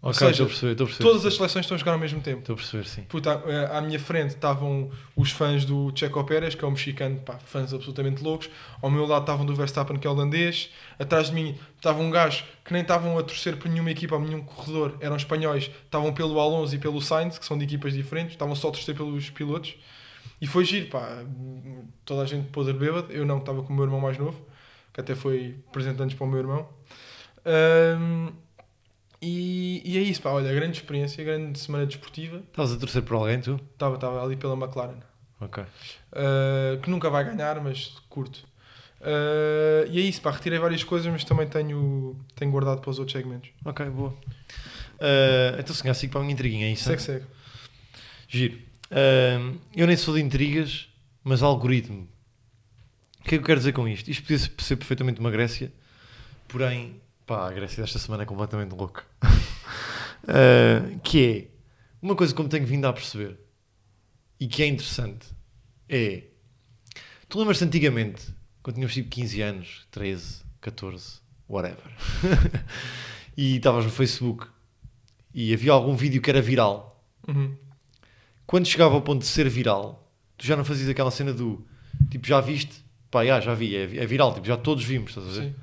[SPEAKER 2] Ou
[SPEAKER 5] Ok,
[SPEAKER 2] seja,
[SPEAKER 5] estou a perceber, estou a perceber.
[SPEAKER 2] Todas as seleções estão a jogar ao mesmo tempo.
[SPEAKER 5] Estou a perceber, sim.
[SPEAKER 2] Puta, eh, à, à minha frente estavam os fãs do Checo Pérez, que é um mexicano, pá, fãs absolutamente loucos. Ao meu lado estavam do Verstappen, que é holandês. Atrás de mim estava um gajo que nem estavam a torcer por nenhuma equipa, por nenhum corredor. Eram espanhóis, estavam pelo Alonso e pelo Sainz, que são de equipas diferentes. Estavam só a torcer pelos pilotos. E foi giro, pá. Toda a gente podre bêbado. Eu não, que estava com o meu irmão mais novo, que até foi presente antes para o meu irmão. Ahm, e, e é isso, pá. Olha, grande experiência, grande semana desportiva.
[SPEAKER 5] Estavas a torcer por alguém, tu?
[SPEAKER 2] Estava, estava ali pela McLaren.
[SPEAKER 5] Ok.
[SPEAKER 2] Uh, que nunca vai ganhar, mas curto. Uh, e é isso, pá, retirei várias coisas, mas também tenho, tenho guardado para os outros segmentos.
[SPEAKER 5] Ok, boa. Ah, então, se calhar, sigo para a minha intriguinha, é isso?
[SPEAKER 2] Segue, segue.
[SPEAKER 5] Giro. Ahm, eu nem sou de intrigas, mas algoritmo. O que é que eu quero dizer com isto? Isto podia ser- ser perfeitamente uma Grécia, porém, pá, a Grécia desta semana é completamente louca. Ah, que é uma coisa que eu me tenho vindo a perceber e que é interessante é. Tu lembras-te antigamente, quando tínhamos tipo 15 anos, 13, 14, whatever, e estavas no Facebook e havia algum vídeo que era viral
[SPEAKER 2] Uhum.
[SPEAKER 5] quando chegava ao ponto de ser viral, tu já não fazias aquela cena do tipo, já viste? Pá, já, já vi, é, vi- é viral, tipo, já todos vimos, estás a ver?
[SPEAKER 2] Sim.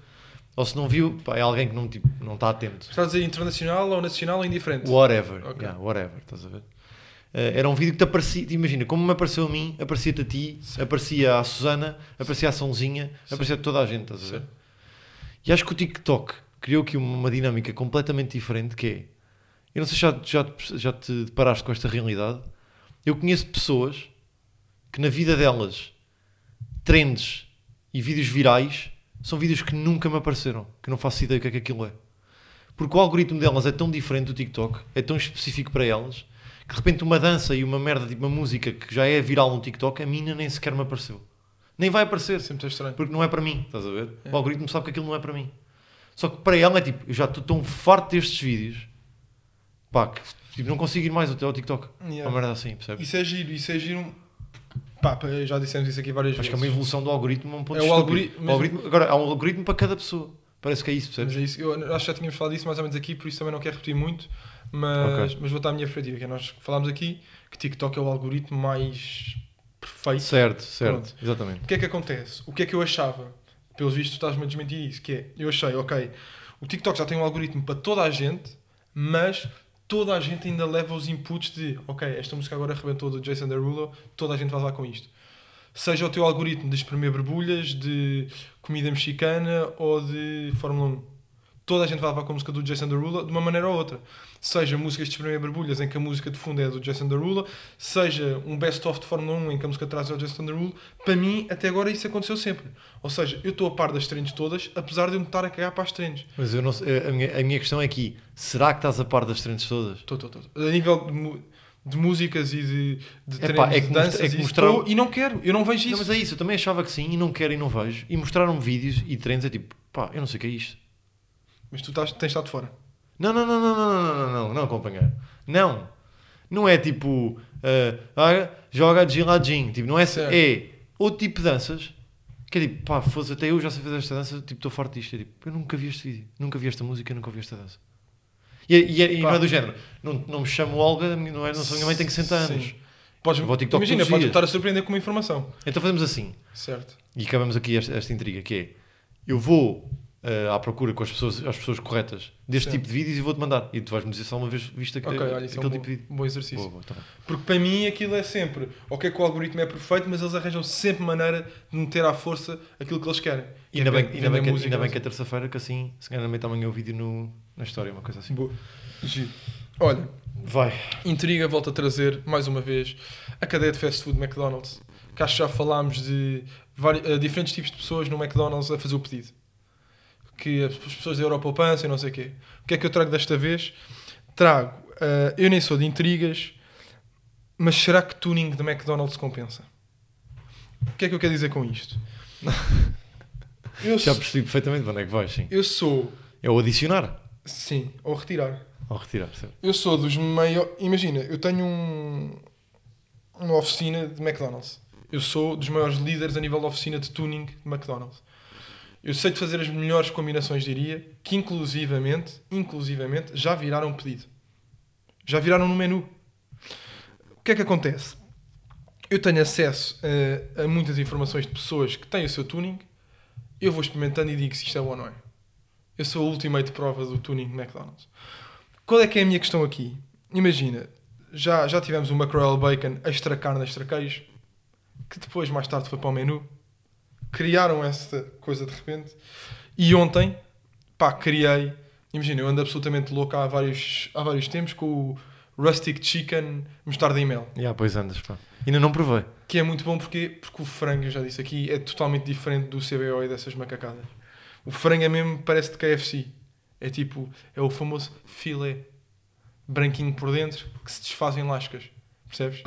[SPEAKER 5] Ou se não viu, pá, é alguém que não, tipo, não está atento.
[SPEAKER 2] Estás a dizer internacional ou nacional ou indiferente?
[SPEAKER 5] Whatever,
[SPEAKER 2] Ok.
[SPEAKER 5] yeah, whatever, estás a ver? eh, era um vídeo que te aparecia, te imagina, como me apareceu a mim, aparecia-te a ti, aparecia à Susana, aparecia à Sãozinha, aparecia a toda a gente, estás a ver? E acho que o TikTok criou aqui uma, uma dinâmica completamente diferente que é, eu não sei se já, já, te- já te deparaste com esta realidade, eu conheço pessoas que na vida delas trends e vídeos virais são vídeos que nunca me apareceram, que não faço ideia o que é que aquilo é. Porque o algoritmo delas é tão diferente do TikTok, é tão específico para elas, que de repente uma dança e uma merda, tipo uma música que já é viral no TikTok, a mina nem sequer me apareceu. Nem vai aparecer,
[SPEAKER 2] Sempre é estranho.
[SPEAKER 5] porque não é para mim, estás a ver? O algoritmo sabe que aquilo não é para mim. Só que para ela é tipo, eu já estou tão farto destes vídeos, pá, que tipo, não consigo ir mais até ao TikTok.
[SPEAKER 2] Yeah.
[SPEAKER 5] Uma merda assim, percebes?
[SPEAKER 2] Isso é giro, isso é giro. Pá, pá, já dissemos isso aqui várias
[SPEAKER 5] Acho que é
[SPEAKER 2] vezes.
[SPEAKER 5] uma evolução do algoritmo a um ponto
[SPEAKER 2] É o
[SPEAKER 5] estúpido.
[SPEAKER 2] algori-
[SPEAKER 5] O
[SPEAKER 2] mas-
[SPEAKER 5] algoritmo- Agora, há um algoritmo para cada pessoa. Parece que é isso,
[SPEAKER 2] Mas
[SPEAKER 5] percebes?
[SPEAKER 2] é isso. Eu acho que já tínhamos falado disso mais ou menos aqui, por isso também não quero repetir muito. Mas, mas vou dar a minha perspectiva, que é nós falámos aqui que TikTok é o algoritmo mais perfeito.
[SPEAKER 5] Certo, certo. Exatamente.
[SPEAKER 2] O que é que acontece? O que é que eu achava? Pelos vistos, estás-me a desmentir isso, que é, eu achei, ok, o TikTok já tem um algoritmo para toda a gente, mas toda a gente ainda leva os inputs de, ok, esta música agora arrebentou do Jason Derulo, toda a gente vai lá com isto. Seja o teu algoritmo de espremer borbulhas, de comida mexicana ou de Fórmula 1. Toda a gente vai levar com a música do Jason Derulo de uma maneira ou outra. Seja músicas de espremer borbulhas em que a música de fundo é do Jason Derulo, seja um best-of de Fórmula 1 em que a música traz ao Jason Derulo, para mim, até agora isso aconteceu sempre. Ou seja, eu estou a par das trends todas, apesar de eu me estar a cagar para as trends.
[SPEAKER 5] Mas eu não sei- a, minha, a minha questão é aqui: será que estás a par das trends todas?
[SPEAKER 2] Estou, estou, estou. A nível de, mu- de músicas e de, de
[SPEAKER 5] Epá,
[SPEAKER 2] trends,
[SPEAKER 5] é que
[SPEAKER 2] de
[SPEAKER 5] mostra-
[SPEAKER 2] danças,
[SPEAKER 5] é que
[SPEAKER 2] e isso,
[SPEAKER 5] mostraram-
[SPEAKER 2] estou- e não quero, eu não vejo isso.
[SPEAKER 5] Não, mas é isso, eu também achava que sim, e não quero e não vejo. E mostraram-me vídeos e trends, é tipo, pá, eu não sei o que é isto.
[SPEAKER 2] Mas tu estás, tens estado fora.
[SPEAKER 5] Não, não, não, não, não, não, não, não, não, companheiro. Não. Não é tipo, ah, ah, joga de giladinho. Tipo, não é,
[SPEAKER 2] Certo.
[SPEAKER 5] é outro tipo de danças que é tipo, pá, foda até eu já sei fazer esta dança, tipo, estou forte disto. É tipo, eu nunca vi este vídeo, nunca vi esta música, nunca vi esta dança. E, e, e não
[SPEAKER 2] Pá.
[SPEAKER 5] é do género, não, não me chamo Olga, não, é, não sou minha mãe, tenho 60 anos.
[SPEAKER 2] Sim. Podes,
[SPEAKER 5] Vou ao TikTok
[SPEAKER 2] imagina,
[SPEAKER 5] todos os
[SPEAKER 2] podes
[SPEAKER 5] dias.
[SPEAKER 2] estar a surpreender com uma informação.
[SPEAKER 5] Então fazemos assim,
[SPEAKER 2] Certo.
[SPEAKER 5] e acabamos aqui esta, esta intriga, que é, eu vou ah, à procura com as pessoas, as pessoas corretas deste
[SPEAKER 2] Sim.
[SPEAKER 5] tipo de vídeos e vou-te mandar. E tu vais-me dizer se alguma vez viste aque-
[SPEAKER 2] Ok, olha, isso
[SPEAKER 5] aquele
[SPEAKER 2] é um bom,
[SPEAKER 5] tipo de vídeo.
[SPEAKER 2] um bom exercício.
[SPEAKER 5] Boa, boa, tá bem.
[SPEAKER 2] Porque para mim aquilo é sempre, ok que o algoritmo é perfeito, mas eles arranjam sempre maneira de meter à força aquilo que eles querem.
[SPEAKER 5] E Ainda
[SPEAKER 2] Que é
[SPEAKER 5] bem, ainda bem,
[SPEAKER 2] vender
[SPEAKER 5] que,
[SPEAKER 2] música,
[SPEAKER 5] ainda bem
[SPEAKER 2] não
[SPEAKER 5] que é terça-feira, que assim, se calhar também amanhã o vídeo no, na história, uma coisa assim.
[SPEAKER 2] sei. Boa. Giro. Olha,
[SPEAKER 5] Vai.
[SPEAKER 2] Intriga volta a trazer, mais uma vez, a cadeia de fast food McDonald's. Que acho que já falámos de vari- eh, diferentes tipos de pessoas no McDonald's a fazer o pedido. Que as pessoas da Europa poupança e não sei o quê. O que é que eu trago desta vez? Trago, eh, eu nem sou de intrigas, mas será que tuning de McDonald's compensa? O que é que eu quero dizer com isto? Eu,
[SPEAKER 5] Já
[SPEAKER 2] sou,
[SPEAKER 5] percebi perfeitamente para onde é que vais, sim.
[SPEAKER 2] eu sou,
[SPEAKER 5] É o adicionar
[SPEAKER 2] sim, ou retirar.
[SPEAKER 5] ou retirar, certo?
[SPEAKER 2] Eu sou dos maiores. Imagina, eu tenho um, uma oficina de McDonald's. Eu sou dos maiores líderes a nível da oficina de tuning de McDonald's. Eu sei de fazer as melhores combinações, diria, que inclusivamente, inclusivamente, já viraram pedido. Já viraram no menu. O que é que acontece? Eu tenho acesso eh, a, muitas informações de pessoas que têm o seu tuning. Eu vou experimentando e digo se isto é bom ou não é. Eu sou a ultimate prova do tuning de McDonald's. Qual é que é a minha questão aqui? Imagina, já, já tivemos uma Royal Bacon extra carne, extra queijo, que depois, mais tarde, foi para o menu. Criaram essa coisa de repente. E ontem, pá, criei. Imagina, eu ando absolutamente louco há vários, há vários tempos com o Rustic Chicken mostarda e mel.
[SPEAKER 5] Já, pois andas, pá. Ainda não provei.
[SPEAKER 2] Que é muito bom porque, porque o frango, eu já disse aqui, é totalmente diferente do CBO e dessas macacadas. O frango é mesmo, parece de KFC. É tipo, é o famoso filé branquinho por dentro que se desfaz em lascas. Percebes?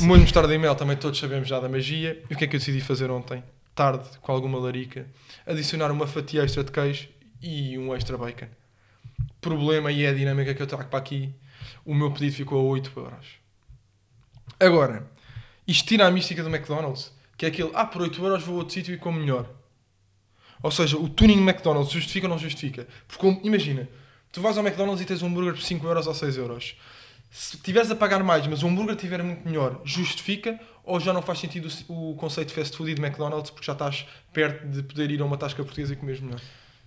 [SPEAKER 2] Molho de mostarda e mel também todos sabemos já da magia. E o que é que eu decidi fazer ontem? Tarde, com alguma larica. Adicionar uma fatia extra de queijo e um extra bacon. Problema e é a dinâmica que eu trago para aqui. O meu pedido ficou a 8 euros. Agora, isto tira a mística do McDonald's, que é aquele, ah, por 8 euros vou a outro sítio e como melhor. Ou seja, o tuning McDonald's justifica ou não justifica? Porque um- imagina, tu vais ao McDonald's e tens um hambúrguer por 5 euros ou 6 euros. Se tiveres a pagar mais, mas o hambúrguer tiver muito melhor, justifica ou já não faz sentido o se- o, conceito de fast food e de McDonald's porque já estás perto de poder ir a uma tasca portuguesa e comer melhor?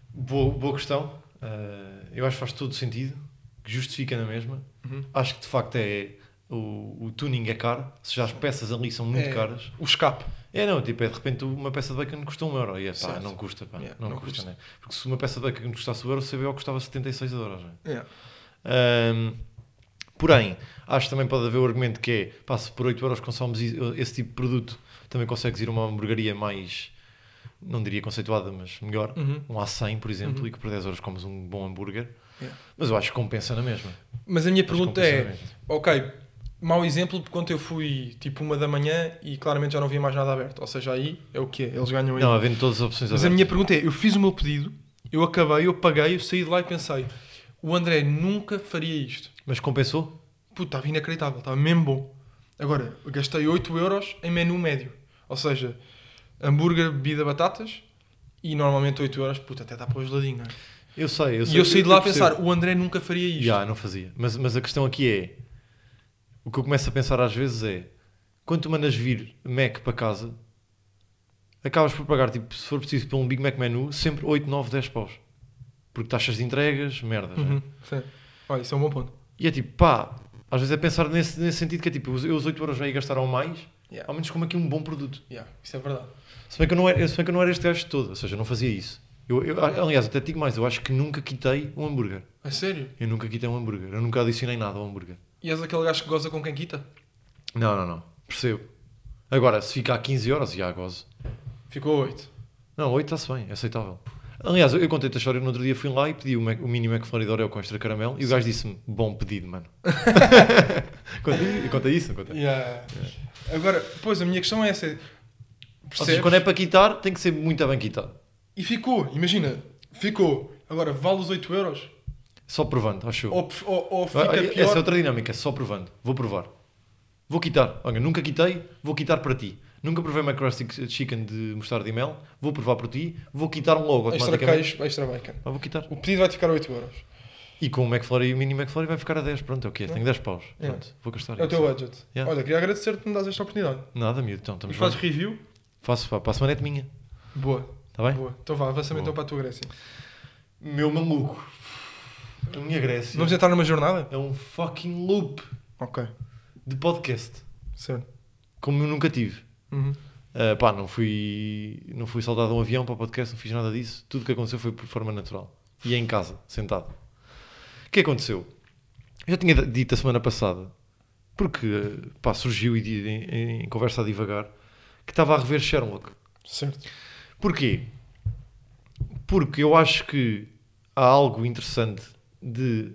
[SPEAKER 5] Boa, boa questão. Eh, Ah, eu acho que faz todo sentido, que justifica na mesma.
[SPEAKER 2] Uhum.
[SPEAKER 5] Acho que de facto é o, o tuning é caro, se já as peças ali são muito
[SPEAKER 2] É,
[SPEAKER 5] caras.
[SPEAKER 2] O escape.
[SPEAKER 5] É, não, tipo, é de repente uma peça de bacon custa 1 euro. E é pá,
[SPEAKER 2] Certo.
[SPEAKER 5] não custa, pá,
[SPEAKER 2] Yeah,
[SPEAKER 5] não,
[SPEAKER 2] não
[SPEAKER 5] custa,
[SPEAKER 2] custa.
[SPEAKER 5] né? Porque se uma peça de bacon custasse 1 euro, o CBO custava 76 euros, né?
[SPEAKER 2] Yeah.
[SPEAKER 5] Ahm, porém, acho que também pode haver o argumento que é, pá, se por 8 euros consomes i- esse tipo de produto, também consegues ir a uma hamburgueria mais, não diria conceituada, mas melhor,
[SPEAKER 2] Uhum.
[SPEAKER 5] um A100, por exemplo, e que por 10 euros comes um bom hambúrguer.
[SPEAKER 2] Yeah.
[SPEAKER 5] Mas eu acho que compensa na mesma.
[SPEAKER 2] Mas a minha
[SPEAKER 5] Mas
[SPEAKER 2] pergunta é:
[SPEAKER 5] compensamente.
[SPEAKER 2] ok, mau exemplo, porque quando eu fui tipo uma da manhã e claramente já não havia mais nada aberto. Ou seja, aí é o quê? Eles ganham aí.
[SPEAKER 5] Não, havendo todas as opções
[SPEAKER 2] Mas a
[SPEAKER 5] abertas.
[SPEAKER 2] minha pergunta é: eu fiz o meu pedido, eu acabei, eu paguei, eu saí de lá e pensei, o André nunca faria isto.
[SPEAKER 5] Mas compensou?
[SPEAKER 2] Puto, estava inacreditável, estava mesmo bom. Agora, eu gastei 8 euros em menu médio. Ou seja, hambúrguer, bebida, batatas e normalmente 8 euros, puta, até dá para o geladinho, não é?
[SPEAKER 5] Eu sei, eu sei.
[SPEAKER 2] E eu saí de lá a
[SPEAKER 5] percebo.
[SPEAKER 2] pensar, o André nunca faria isto.
[SPEAKER 5] Já, não fazia. Mas, mas a questão aqui é: o que eu começo a pensar às vezes é quando tu mandas vir Mac para casa, acabas por pagar, tipo, se for preciso, por um Big Mac menu, sempre 8, 9, 10 paus. Porque taxas de entregas, merdas. né?
[SPEAKER 2] Uhum, sim. Olha, isso é um bom ponto.
[SPEAKER 5] E é tipo, pá, às vezes é pensar nesse, nesse sentido que é tipo, eu os 8 euros já ia gastar ao mais,
[SPEAKER 2] Yeah.
[SPEAKER 5] ao menos como aqui um bom produto.
[SPEAKER 2] Yeah, isso é verdade.
[SPEAKER 5] Se bem que eu não era, se bem que eu não era este gajo todo, ou seja, eu não fazia isso. Eu, eu- aliás, até te digo mais, eu acho que nunca quitei um hambúrguer.
[SPEAKER 2] A sério?
[SPEAKER 5] Eu nunca quitei um hambúrguer. Eu nunca adicionei nada ao hambúrguer.
[SPEAKER 2] E és aquele gajo que goza com quem quita?
[SPEAKER 5] Não, não, não. Percebo. Agora, se ficar a 15 euros, já gozo.
[SPEAKER 2] Ficou 8.
[SPEAKER 5] Não, 8 está-se bem, é aceitável. Aliás, eu, eu contei-te a história no outro dia, fui lá e pedi o, Mac, o mini Mac Florida Oreo com extra caramelo e o gajo disse-me, bom pedido, mano. contei, eu contei isso, não contei.
[SPEAKER 2] Yeah. Agora, pois, a minha questão é essa.
[SPEAKER 5] Ou
[SPEAKER 2] Percebes?
[SPEAKER 5] seja, quando é para quitar, tem que ser muito bem quitado.
[SPEAKER 2] E ficou, imagina, ficou. Agora, vale os 8 euros?
[SPEAKER 5] Só provando, acho eu.
[SPEAKER 2] Ou, ou, ou
[SPEAKER 5] Ah,
[SPEAKER 2] fica
[SPEAKER 5] Essa
[SPEAKER 2] pior?
[SPEAKER 5] é outra dinâmica, só provando. Vou provar. Vou quitar. Olha, nunca quitei, vou quitar para ti. Nunca provei McCrusty Chicken de mostarda e mel, vou provar para ti, vou quitar um logo
[SPEAKER 2] Extra
[SPEAKER 5] automaticamente.
[SPEAKER 2] queijo, extra bacon.
[SPEAKER 5] Ah, vou quitar.
[SPEAKER 2] O pedido vai ficar 8 euros.
[SPEAKER 5] E com o McFlurry e o mini McFlurry vai ficar a 10. Pronto, é o quê? Tenho 10 paus. Pronto, vou gastar
[SPEAKER 2] É o
[SPEAKER 5] isso.
[SPEAKER 2] teu budget.
[SPEAKER 5] Yeah.
[SPEAKER 2] Olha, queria agradecer-te por me dares esta oportunidade.
[SPEAKER 5] Nada, miúdo. Então, estamos
[SPEAKER 2] e fazes
[SPEAKER 5] bem.
[SPEAKER 2] review?
[SPEAKER 5] Faço pá, para a semana é de minha.
[SPEAKER 2] Boa.
[SPEAKER 5] Está bem?
[SPEAKER 2] Boa. Então vá, avança
[SPEAKER 5] Boa.
[SPEAKER 2] então para a tua Grécia.
[SPEAKER 5] Meu maluco. A minha Grécia
[SPEAKER 2] Vamos entrar numa jornada?
[SPEAKER 5] é um fucking loop
[SPEAKER 2] Ok.
[SPEAKER 5] de podcast.
[SPEAKER 2] Certo.
[SPEAKER 5] Como eu nunca tive.
[SPEAKER 2] Uhum.
[SPEAKER 5] Ah, pá, não fui, não fui saltado a um avião para o podcast, não fiz nada disso. Tudo o que aconteceu foi por forma natural. E é em casa, sentado. O que aconteceu? Eu já tinha dito a semana passada, porque pá, surgiu e di- em, em conversa a divagar, que estava a rever Sherlock.
[SPEAKER 2] Certo.
[SPEAKER 5] Porquê? Porque eu acho que há algo interessante de.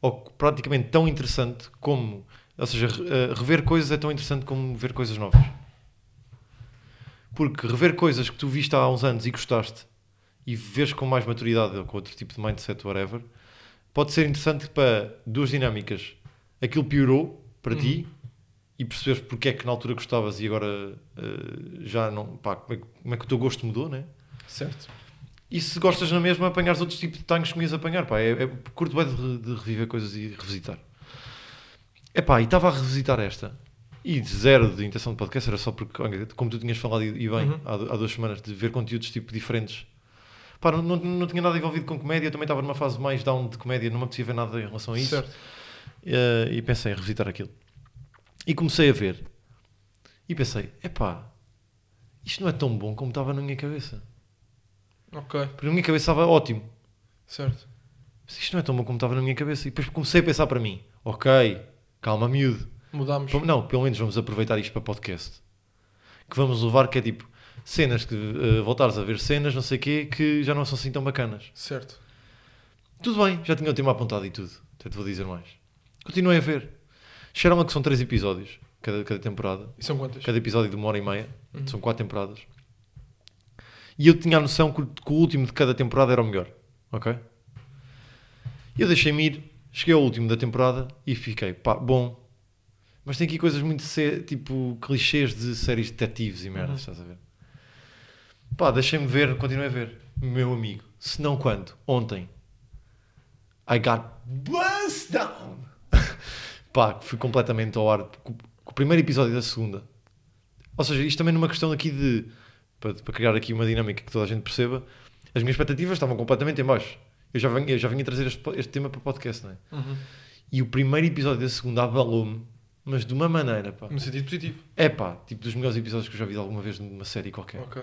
[SPEAKER 5] ou praticamente tão interessante como. Ou seja, re- eh, rever coisas é tão interessante como ver coisas novas. Porque rever coisas que tu viste há uns anos e gostaste e vês com mais maturidade ou com outro tipo de mindset, whatever, pode ser interessante para duas dinâmicas. Aquilo piorou para ti e perceberes porque é que na altura gostavas e agora eh, já não. Pá, como é, que- como é que o teu gosto mudou, né?
[SPEAKER 2] Certo.
[SPEAKER 5] E se gostas na mesma, apanhares outros tipos de tanques que não ias apanhar, pá. É, é, curto bem de, re- de reviver coisas e revisitar. É pá, e estava a revisitar esta. E de zero de intenção de podcast, era só porque, olha, como tu tinhas falado e, e bem,
[SPEAKER 2] Uhum.
[SPEAKER 5] há, du- há duas semanas, de ver conteúdos tipo diferentes. Pá, não, não, não tinha nada envolvido com comédia, eu também estava numa fase mais down de comédia, não me apetecia ver nada em relação a é isso.
[SPEAKER 2] Certo.
[SPEAKER 5] Eh, e pensei em revisitar aquilo. E comecei a ver. E pensei, epá, isto não é tão bom como estava na minha cabeça.
[SPEAKER 2] Ok.
[SPEAKER 5] Porque na minha cabeça estava ótimo.
[SPEAKER 2] Certo.
[SPEAKER 5] Mas isto não é tão bom como estava na minha cabeça. E depois comecei a pensar para mim, ok, calma miúdo.
[SPEAKER 2] Mudámos.
[SPEAKER 5] Pelo- Não, pelo menos vamos aproveitar isto para podcast. Que vamos levar que é tipo, cenas que eh, voltares a ver cenas, não sei o quê, que já não são assim tão bacanas.
[SPEAKER 2] Certo.
[SPEAKER 5] Tudo bem, já tinha o tema apontado e tudo. Até te vou dizer mais. Continuei a ver. Chegaram a que são três episódios, cada, cada temporada.
[SPEAKER 2] E são quantas?
[SPEAKER 5] Cada episódio de uma hora e meia. São quatro temporadas. E eu tinha a noção que, o- que o último de cada temporada era o melhor. Ok? Eu deixei-me ir, cheguei ao último da temporada e fiquei, pá, bom. Mas tem aqui coisas muito, sé- tipo, clichês de séries de detetives e merdas, estás a ver? Pá, deixei-me ver, continuei a ver. Meu amigo, se não quando? Ontem. I got bust down. Pá, fui completamente ao ar com com o primeiro episódio da segunda. Ou seja, isto também numa questão aqui de. Para, para criar aqui uma dinâmica que toda a gente perceba, as minhas expectativas estavam completamente em baixo. Eu já vinha, eu já vinha trazer este, po- este tema para o podcast, não é?
[SPEAKER 2] Uhum.
[SPEAKER 5] E o primeiro episódio da segunda abalou-me mas de uma maneira, pá.
[SPEAKER 2] No sentido positivo.
[SPEAKER 5] É pá, tipo dos melhores episódios que eu já vi de alguma vez numa série qualquer.
[SPEAKER 2] Ok,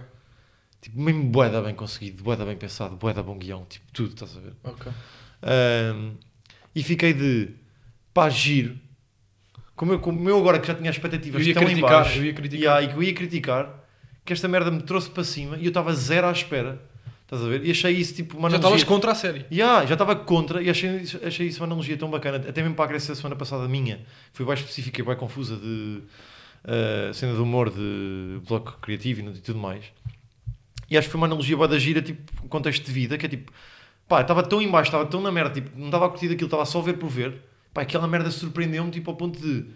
[SPEAKER 5] Tipo, mesmo boeda bem conseguido, boeda bem pensado, boeda bom guião, tipo, tudo, estás a ver?
[SPEAKER 2] ok.
[SPEAKER 5] Ahm, e fiquei de pá, giro. Como eu, como eu agora que já tinha as expectativas
[SPEAKER 2] Eu ia
[SPEAKER 5] tão
[SPEAKER 2] criticar,
[SPEAKER 5] em baixo,
[SPEAKER 2] eu ia criticar.
[SPEAKER 5] e há- e que eu ia criticar, que esta merda me trouxe para cima e eu estava zero à espera. Estás a ver? E achei isso tipo uma
[SPEAKER 2] Já
[SPEAKER 5] analogia-
[SPEAKER 2] estavas contra a série.
[SPEAKER 5] Ya, já estava contra e achei, isso- achei isso uma analogia tão bacana, até mesmo para a Grécia da semana passada minha, foi bem específica e bem confusa de ah, cena de humor de bloco criativo e não- e tudo mais. E acho que foi uma analogia bué da gira, tipo, contexto de vida, que é tipo, pá, eu estava tão em baixo, estava tão na merda, tipo, não estava a curtir aquilo, estava só a ver por ver, pá, aquela merda surpreendeu-me, tipo, ao ponto de,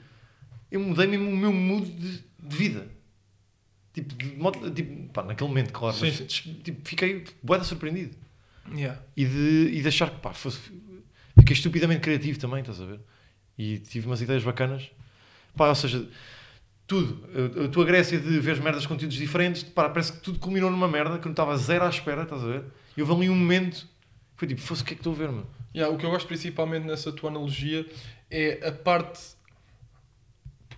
[SPEAKER 5] eu mudei mesmo o meu mood de, de vida. Tipo, de modo- tipo, pá, naquele momento, claro,
[SPEAKER 2] Sim,
[SPEAKER 5] mas,
[SPEAKER 2] sim.
[SPEAKER 5] tipo, fiquei bué da surpreendido
[SPEAKER 2] Yeah.
[SPEAKER 5] e de, e de achar que pá, fosse, fiquei estupidamente criativo também, estás a ver? E tive umas ideias bacanas, pá, ou seja, tudo. A, a tua Grécia de ver merdas de conteúdos diferentes, pá, parece que tudo culminou numa merda que eu não estava zero à espera, estás a ver? E houve ali um momento que foi tipo, fosse o que é que estou a ver, mano?
[SPEAKER 2] Yeah, o que eu gosto principalmente nessa tua analogia é a parte.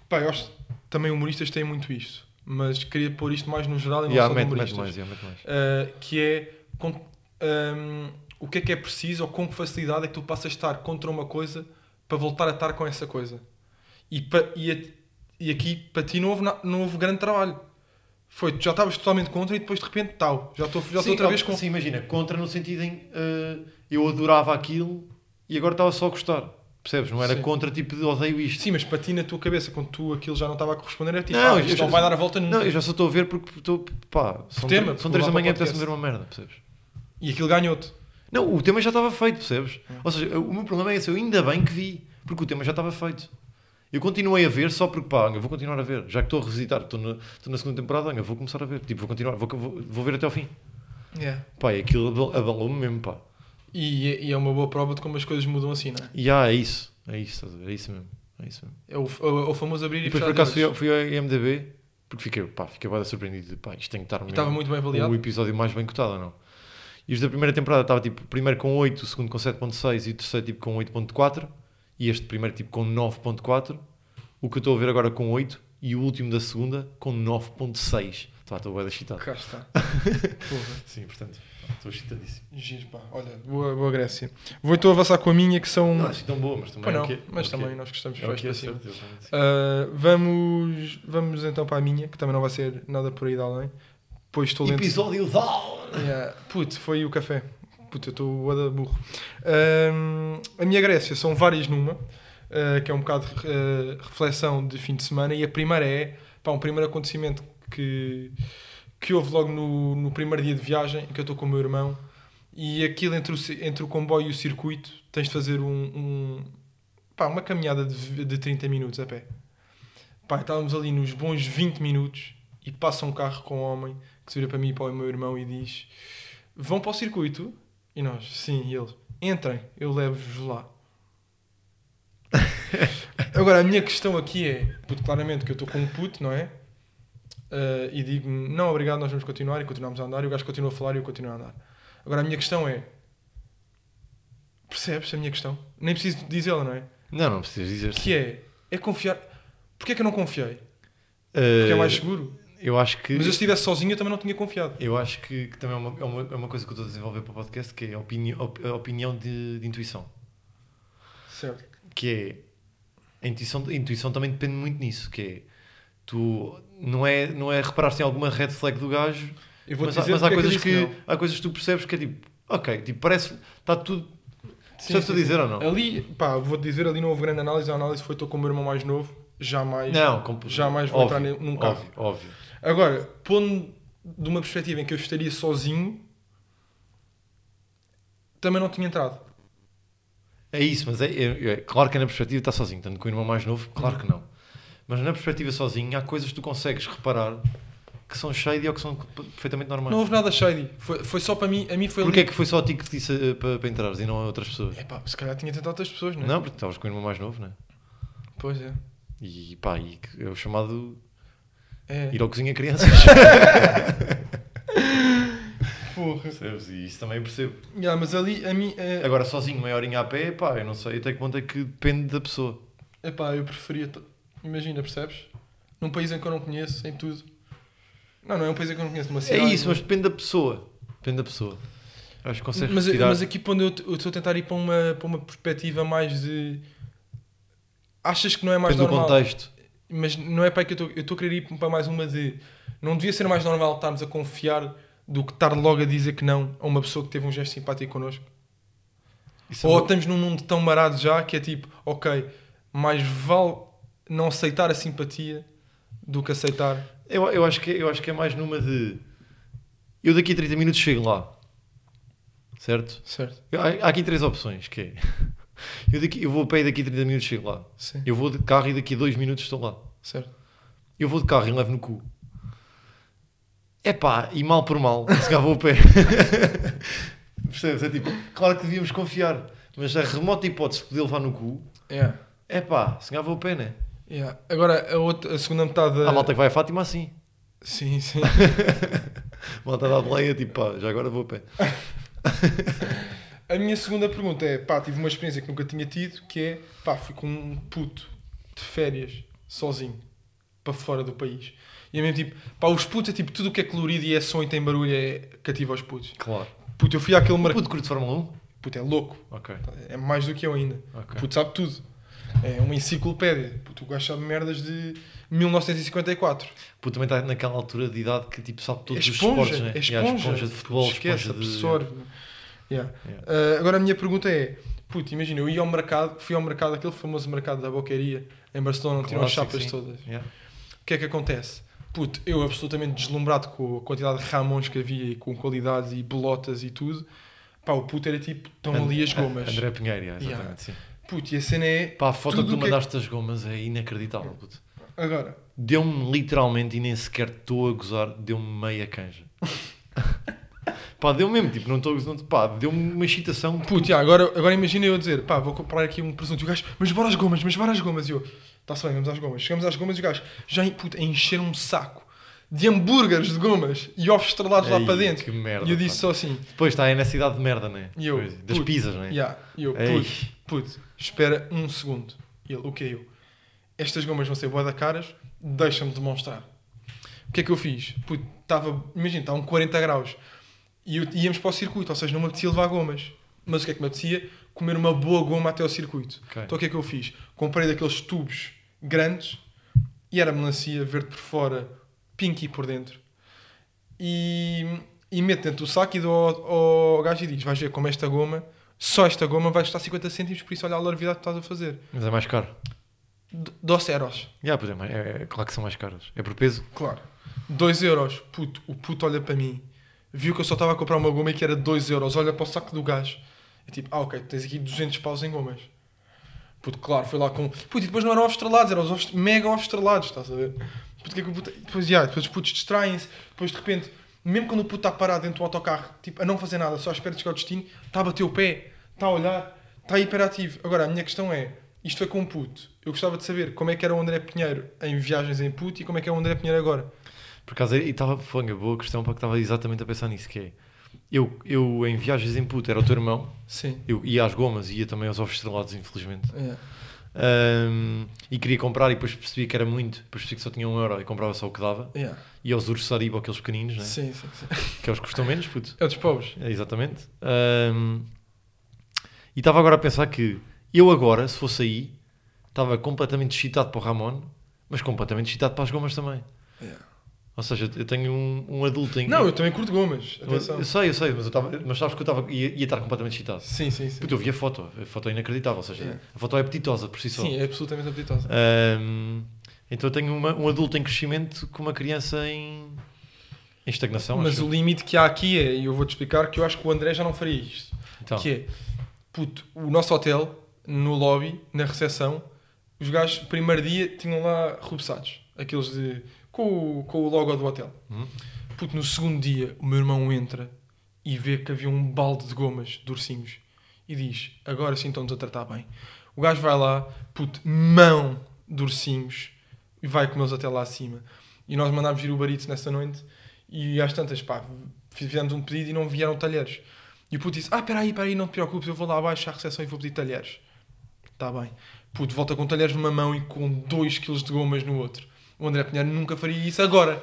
[SPEAKER 2] Pá, eu acho que também humoristas têm muito isto, mas queria pôr isto mais no geral e não
[SPEAKER 5] Yeah,
[SPEAKER 2] só de
[SPEAKER 5] mete, mete
[SPEAKER 2] humoristas.
[SPEAKER 5] mais, yeah, mete mais.
[SPEAKER 2] Uh, que é com- um, o que é que é preciso ou com que facilidade é que tu passas a estar contra uma coisa para voltar a estar com essa coisa. E, pa- e a- e aqui para ti não houve, na- não houve grande trabalho. Foi, tu já estavas totalmente contra e depois de repente tal. Já estou já estou
[SPEAKER 5] Sim,
[SPEAKER 2] outra
[SPEAKER 5] ó,
[SPEAKER 2] vez com.
[SPEAKER 5] Sim, imagina, contra no sentido em eh, eu adorava aquilo e agora estava só a gostar, percebes? Não era
[SPEAKER 2] Sim.
[SPEAKER 5] contra tipo de odeio isto.
[SPEAKER 2] Sim, mas para ti na tua cabeça, quando tu aquilo já não estava a corresponder, era tipo,
[SPEAKER 5] Não,
[SPEAKER 2] ah,
[SPEAKER 5] eu
[SPEAKER 2] isto
[SPEAKER 5] já-
[SPEAKER 2] não vai dar a volta nunca.
[SPEAKER 5] Não, eu já só estou a ver porque estou. Pá, são, três-
[SPEAKER 2] tema, porque
[SPEAKER 5] são
[SPEAKER 2] não
[SPEAKER 5] três
[SPEAKER 2] dá
[SPEAKER 5] da
[SPEAKER 2] para
[SPEAKER 5] manhã
[SPEAKER 2] podcast.
[SPEAKER 5] apetece-me ver uma merda, percebes?
[SPEAKER 2] E aquilo ganhou-te.
[SPEAKER 5] Não, o tema já estava feito, percebes?
[SPEAKER 2] Hum.
[SPEAKER 5] Ou seja, o meu problema é esse, eu ainda bem que vi, porque o tema já estava feito. Eu continuei a ver só porque, pá, eu vou continuar a ver. Já que estou a revisitar, estou na, estou na segunda temporada, eu vou começar a ver. Tipo, vou continuar, vou, vou, vou ver até ao fim. Pá, e aquilo abal- abalou-me mesmo, pá.
[SPEAKER 2] E, é- e é uma boa prova de como as coisas mudam assim, não é?
[SPEAKER 5] E ah, é isso, é isso, estás a ver? É isso mesmo, é isso mesmo.
[SPEAKER 2] É o, o- o famoso abrir
[SPEAKER 5] E
[SPEAKER 2] e,
[SPEAKER 5] depois, por
[SPEAKER 2] fechar
[SPEAKER 5] acaso,
[SPEAKER 2] de
[SPEAKER 5] fui, ao-
[SPEAKER 2] olhos.
[SPEAKER 5] fui ao IMDB, porque fiquei, pá, fiquei bada surpreendido. Pá, isto tem que estar
[SPEAKER 2] E estava muito bem avaliado.
[SPEAKER 5] o episódio mais bem cotado, ou não? E os da primeira temporada estava tipo, o primeiro com 8, o segundo com 7.6 e o terceiro tipo com 8.4 e este primeiro tipo com 9.4. O que eu estou a ver agora com 8 e o último da segunda com 9.6. Tá, estou bem excitado.
[SPEAKER 2] Cá está. Porra.
[SPEAKER 5] Sim, portanto, pá, estou excitadíssimo.
[SPEAKER 2] Giro, pá. Olha, boa, boa Grécia. Vou então avançar com a minha, que são.
[SPEAKER 5] Não acho tão boa, mas também
[SPEAKER 2] Pois não,
[SPEAKER 5] é o quê?
[SPEAKER 2] mas
[SPEAKER 5] É o
[SPEAKER 2] também
[SPEAKER 5] quê?
[SPEAKER 2] nós gostamos assim. de
[SPEAKER 5] é o
[SPEAKER 2] faz
[SPEAKER 5] que é
[SPEAKER 2] para cima.
[SPEAKER 5] certo, exatamente.
[SPEAKER 2] Ah, vamos, vamos então para a minha, que também não vai ser nada por aí de além. Pois estou lento.
[SPEAKER 5] Episódio down!
[SPEAKER 2] Yeah. Puto, foi o café. Puto, eu estou a dar burro. Ahm, a minha Grécia são várias numa, ah, que é um bocado ah, reflexão de fim de semana, e a primeira é pá, um primeiro acontecimento que, que houve logo no, no primeiro dia de viagem, em que eu estou com o meu irmão, e aquilo entre o, ci- entre o comboio e o circuito tens de fazer um, um- pá, uma caminhada de, vi- de 30 minutos a pé. Pá, estávamos ali nos bons 20 minutos e passa um carro com um homem que se vira para mim e para o meu irmão e diz: Vão para o circuito? E nós, sim, e eles, entrem, eu levo-vos lá. Agora, a minha questão aqui é: puto, claramente que eu estou com um puto, não é? Ah, e digo-me: Não, obrigado, nós vamos continuar. E continuamos a andar, e o gajo continua a falar e eu continuo a andar. Agora, a minha questão é: Percebes a minha questão? Nem preciso dizê-la, não é?
[SPEAKER 5] Não, não precisas dizer.
[SPEAKER 2] Que é: É confiar. Porquê é que eu não confiei? Porque
[SPEAKER 5] Eh,
[SPEAKER 2] é mais seguro.
[SPEAKER 5] Eu acho que.
[SPEAKER 2] Mas eu, se estivesse sozinho, eu também não tinha confiado.
[SPEAKER 5] Eu acho que, que também é uma, é, uma, é uma coisa que eu estou a desenvolver para o podcast, que é a opini- op- a opinião de, de intuição.
[SPEAKER 2] Certo.
[SPEAKER 5] Que é, a intuição, a intuição também depende muito nisso, que é, tu não é, não é reparar-se em alguma red flag do gajo,
[SPEAKER 2] Eu vou
[SPEAKER 5] mas, há-
[SPEAKER 2] dizer
[SPEAKER 5] mas há,
[SPEAKER 2] porque é
[SPEAKER 5] coisas
[SPEAKER 2] eu disse
[SPEAKER 5] que, há coisas que tu percebes que é tipo, ok, tipo, parece, está tudo,
[SPEAKER 2] não.
[SPEAKER 5] sabes tu dizer ou não?
[SPEAKER 2] Ali, pá, vou dizer, ali não houve grande análise. A análise foi: estou com o meu irmão mais novo, jamais.
[SPEAKER 5] Não, com-
[SPEAKER 2] jamais vou entrar ne- num carro.
[SPEAKER 5] Óbvio, óbvio.
[SPEAKER 2] Agora, pondo de uma perspectiva em que eu estaria sozinho, também não tinha entrado.
[SPEAKER 5] É isso, mas é, é- é- claro que na perspectiva está sozinho, tanto com o irmão mais novo, claro que não. Mas na perspectiva sozinho, há coisas que tu consegues reparar que são shady ou que são perfeitamente normais.
[SPEAKER 2] Não houve nada shady. Foi, foi só para mim, a mim foi
[SPEAKER 5] Porquê é
[SPEAKER 2] ali.
[SPEAKER 5] que foi só a ti que te disse eh, para, para entrares e não a outras pessoas?
[SPEAKER 2] Epá, se calhar tinha tentado outras pessoas, não é?
[SPEAKER 5] Não, porque estavas com o irmão mais novo, né?
[SPEAKER 2] Pois é.
[SPEAKER 5] E pá, e que- é o chamado
[SPEAKER 2] É.
[SPEAKER 5] ir ao cozinho a crianças.
[SPEAKER 2] Porra.
[SPEAKER 5] Percebes? E isso também eu percebo.
[SPEAKER 2] Yeah, mas ali, a mim. eh,
[SPEAKER 5] Agora, é sozinho, meia horinha a pé, pá, eu não sei até que ponto é que depende da pessoa.
[SPEAKER 2] Epá, eu preferia. t- Imagina, percebes? Num país em que eu não conheço, em tudo. Não, não é um país em que eu não conheço, numa
[SPEAKER 5] É
[SPEAKER 2] cidade.
[SPEAKER 5] isso, mas depende da pessoa. Depende da pessoa. Acho que consegues
[SPEAKER 2] mas, é-
[SPEAKER 5] retirar.
[SPEAKER 2] mas aqui quando eu te- eu estou a tentar ir para uma, para uma perspectiva mais de. Achas que não é mais
[SPEAKER 5] depende do
[SPEAKER 2] normal?
[SPEAKER 5] contexto.
[SPEAKER 2] Mas não é para aí que eu estou- eu estou a querer ir para mais uma de. Não devia ser mais normal estarmos a confiar do que estar logo a dizer que não a uma pessoa que teve um gesto simpático connosco.
[SPEAKER 5] Isso é
[SPEAKER 2] Ou
[SPEAKER 5] uma-
[SPEAKER 2] estamos num mundo tão marado já que é tipo, ok, mais vale não aceitar a simpatia do que aceitar.
[SPEAKER 5] eu, eu, acho que, eu acho que é mais numa de. Eu daqui a 30 minutos chego lá. Certo?
[SPEAKER 2] Certo.
[SPEAKER 5] Eu- Há, há aqui três opções, que é. Eu, daqui, eu vou a pé e daqui a 30 minutos chego lá.
[SPEAKER 2] Sim.
[SPEAKER 5] Eu vou de carro e daqui a 2 minutos estou lá.
[SPEAKER 2] Certo.
[SPEAKER 5] Eu vou de carro e levo no cu. É pá, e mal por mal, se calhar vou a pé. Percebes? É tipo, claro que devíamos confiar, mas a remota hipótese de poder levar no cu,
[SPEAKER 2] Yeah.
[SPEAKER 5] é pá, se calhar vou a pé, né?
[SPEAKER 2] Yeah. Agora a, outra, a segunda metade.
[SPEAKER 5] Há
[SPEAKER 2] Da...
[SPEAKER 5] A malta que vai a Fátima assim.
[SPEAKER 2] Sim, sim.
[SPEAKER 5] A malta da Adelaia, tipo, pá, já agora vou a pé.
[SPEAKER 2] A minha segunda pergunta é, pá, tive uma experiência que nunca tinha tido, que é, pá, fui com um puto de férias, sozinho, para fora do país. E é mesmo tipo, pá, os putos é tipo, tudo o que é colorido e é som e tem barulho é cativo aos putos.
[SPEAKER 5] Claro.
[SPEAKER 2] Puto, eu fui àquele marco...
[SPEAKER 5] Puto curto de Fórmula
[SPEAKER 2] Puto, é louco.
[SPEAKER 5] 1? Ok.
[SPEAKER 2] É mais do que eu ainda.
[SPEAKER 5] Ok.
[SPEAKER 2] Puto, sabe tudo. É uma enciclopédia. Puto, o gajo sabe merdas de 1954.
[SPEAKER 5] Puto também está naquela altura de idade que, tipo, sabe
[SPEAKER 2] É
[SPEAKER 5] todos
[SPEAKER 2] esponja,
[SPEAKER 5] os esportes, né?
[SPEAKER 2] é
[SPEAKER 5] E há
[SPEAKER 2] esponja.
[SPEAKER 5] esponja de futebol,
[SPEAKER 2] Esquece,
[SPEAKER 5] esponja de...
[SPEAKER 2] absorve. Yeah. Uh, agora a minha pergunta é: puto, imagina, eu ia ao mercado, fui ao mercado, aquele famoso mercado da Boqueria, em Barcelona, onde tiram as
[SPEAKER 5] Clássico,
[SPEAKER 2] chapas
[SPEAKER 5] sim.
[SPEAKER 2] todas.
[SPEAKER 5] Yeah.
[SPEAKER 2] O que é que acontece? Puto, eu absolutamente deslumbrado com a quantidade de ramões que havia e com qualidades e bolotas e tudo. Pá, o puto era tipo, estão ali as
[SPEAKER 5] And-
[SPEAKER 2] gomas.
[SPEAKER 5] André Pinheiro, yeah,
[SPEAKER 2] Yeah.
[SPEAKER 5] exatamente, sim.
[SPEAKER 2] Puto, e a cena é.
[SPEAKER 5] Pá, a foto
[SPEAKER 2] tudo
[SPEAKER 5] que tu
[SPEAKER 2] o é-
[SPEAKER 5] mandaste das gomas é inacreditável, puto.
[SPEAKER 2] Agora,
[SPEAKER 5] deu-me literalmente, e nem sequer estou a gozar, deu-me meia canja. pá, deu mesmo, tipo, não estou a gozar, não- pá, deu-me uma excitação.
[SPEAKER 2] Puto, já, agora, agora imagina eu dizer, pá, vou comprar aqui um presunto. E o gajo, mas bora às gomas, mas bora às gomas. E eu, está-se bem, vamos às gomas. Chegamos às gomas e o gajo, já em- puto, a encher um saco de hambúrgueres de gomas e ovos estrelados lá
[SPEAKER 5] Ei,
[SPEAKER 2] para dentro.
[SPEAKER 5] que merda,
[SPEAKER 2] e eu disse
[SPEAKER 5] pá.
[SPEAKER 2] só assim,
[SPEAKER 5] Depois está aí na cidade de merda, né?
[SPEAKER 2] e eu,
[SPEAKER 5] Coisa, das
[SPEAKER 2] puto,
[SPEAKER 5] pizzas, né?
[SPEAKER 2] já, e eu,
[SPEAKER 5] Ei.
[SPEAKER 2] puto, puto, espera um segundo. E ele, o que é eu? Estas gomas vão ser bué da caras, deixa-me demonstrar. O que é que eu fiz? Puto, estava, imagina, estavam 40 graus. E eu- íamos para o circuito, ou seja, não me apetecia levar gomas. Mas o que é que me apetecia? Comer uma boa goma até ao circuito.
[SPEAKER 5] Ok.
[SPEAKER 2] Então o que é que eu fiz? Comprei daqueles tubos grandes e era melancia verde por fora, pinky por dentro. E, e meto dentro do saco e dou ao, ao gajo e diz: Vais ver como esta goma, só esta goma vai custar 50 cêntimos, por isso olha a larvidade que estás a fazer.
[SPEAKER 5] Mas é mais caro.
[SPEAKER 2] D- Doce euros.
[SPEAKER 5] Já, pois é, mas é, é claro que são mais caros. É por peso.
[SPEAKER 2] Claro. 2 euros. Puto, o puto olha para mim. Viu que eu só estava a comprar uma goma e que era 2 euros. Olha para o saco do gajo. É tipo, ah ok, tens aqui 200 paus em gomas. Puto, claro, foi lá com... Puto, e depois não eram ovos estrelados, eram os ovos, mega ovos estrelados, estás a ver? Puto, o que é que o puto... e Depois, já, depois os putos distraem-se. Depois, de repente, mesmo quando o puto está parado dentro do autocarro, tipo, a não fazer nada, só à espera de chegar ao destino, está a bater o pé, está a olhar, está hiperativo. Agora, a minha questão é, isto foi com um puto. Eu gostava de saber como é que era o André Pinheiro em viagens em puto e como é que é o André Pinheiro agora.
[SPEAKER 5] Por acaso, e estava, foi uma boa questão, porque estava exatamente a pensar nisso, que é, eu, eu em viagens em puto, era o teu irmão,
[SPEAKER 2] Sim.
[SPEAKER 5] eu ia às gomas, ia também aos ovos estrelados, infelizmente.
[SPEAKER 2] É.
[SPEAKER 5] Ahm, e queria comprar e depois percebi que era muito, depois percebi que só tinha um euro e comprava só o que dava.
[SPEAKER 2] Yeah.
[SPEAKER 5] E aos ursos sariba, aqueles pequeninos, né?
[SPEAKER 2] Sim, sim, sim.
[SPEAKER 5] que é os que custam menos, puto.
[SPEAKER 2] É dos pobres.
[SPEAKER 5] É, exatamente. Ahm, e estava agora a pensar que eu agora, se fosse aí, estava completamente excitado para o Ramon, mas completamente excitado para as gomas também.
[SPEAKER 2] Yeah.
[SPEAKER 5] Ou seja, eu tenho um, um adulto em
[SPEAKER 2] Não, eu também curto gomas.
[SPEAKER 5] eu,
[SPEAKER 2] Atenção.
[SPEAKER 5] eu sei, eu sei, mas, eu estava mas sabes que eu estava, ia, ia estar completamente excitado.
[SPEAKER 2] Sim, sim, sim.
[SPEAKER 5] Puto, eu vi a foto, a foto é inacreditável, ou seja,
[SPEAKER 2] Yeah.
[SPEAKER 5] a foto é apetitosa por si só.
[SPEAKER 2] Sim, é absolutamente apetitosa.
[SPEAKER 5] Ahm, então eu tenho uma- um adulto em crescimento com uma criança em, em estagnação. Então,
[SPEAKER 2] Mas
[SPEAKER 5] acho
[SPEAKER 2] o
[SPEAKER 5] eu.
[SPEAKER 2] limite que há aqui é, e eu vou-te explicar, que eu acho que o André já não faria isto.
[SPEAKER 5] Então,
[SPEAKER 2] Que é, puto, o nosso hotel, no lobby, na recepção, os gajos, primeiro dia, tinham lá rubeçados. Aqueles de. Com o, com o logo do hotel.
[SPEAKER 5] Hum.
[SPEAKER 2] Puto, no segundo dia, o meu irmão entra e vê que havia um balde de gomas de ursinhos e diz: Agora sim estão-nos a tratar bem. O gajo vai lá, puto, mão de ursinhos e vai com eles até lá acima. E nós mandámos vir o barito nessa noite e às tantas, pá, fizemos um pedido e não vieram talheres. E o puto disse: Ah, peraí, peraí, não te preocupes, eu vou lá abaixo à recepção e vou pedir talheres. Está bem. Puto, volta com talheres numa mão e com 2 kg de gomas no outro. O André Pinheiro nunca faria isso agora.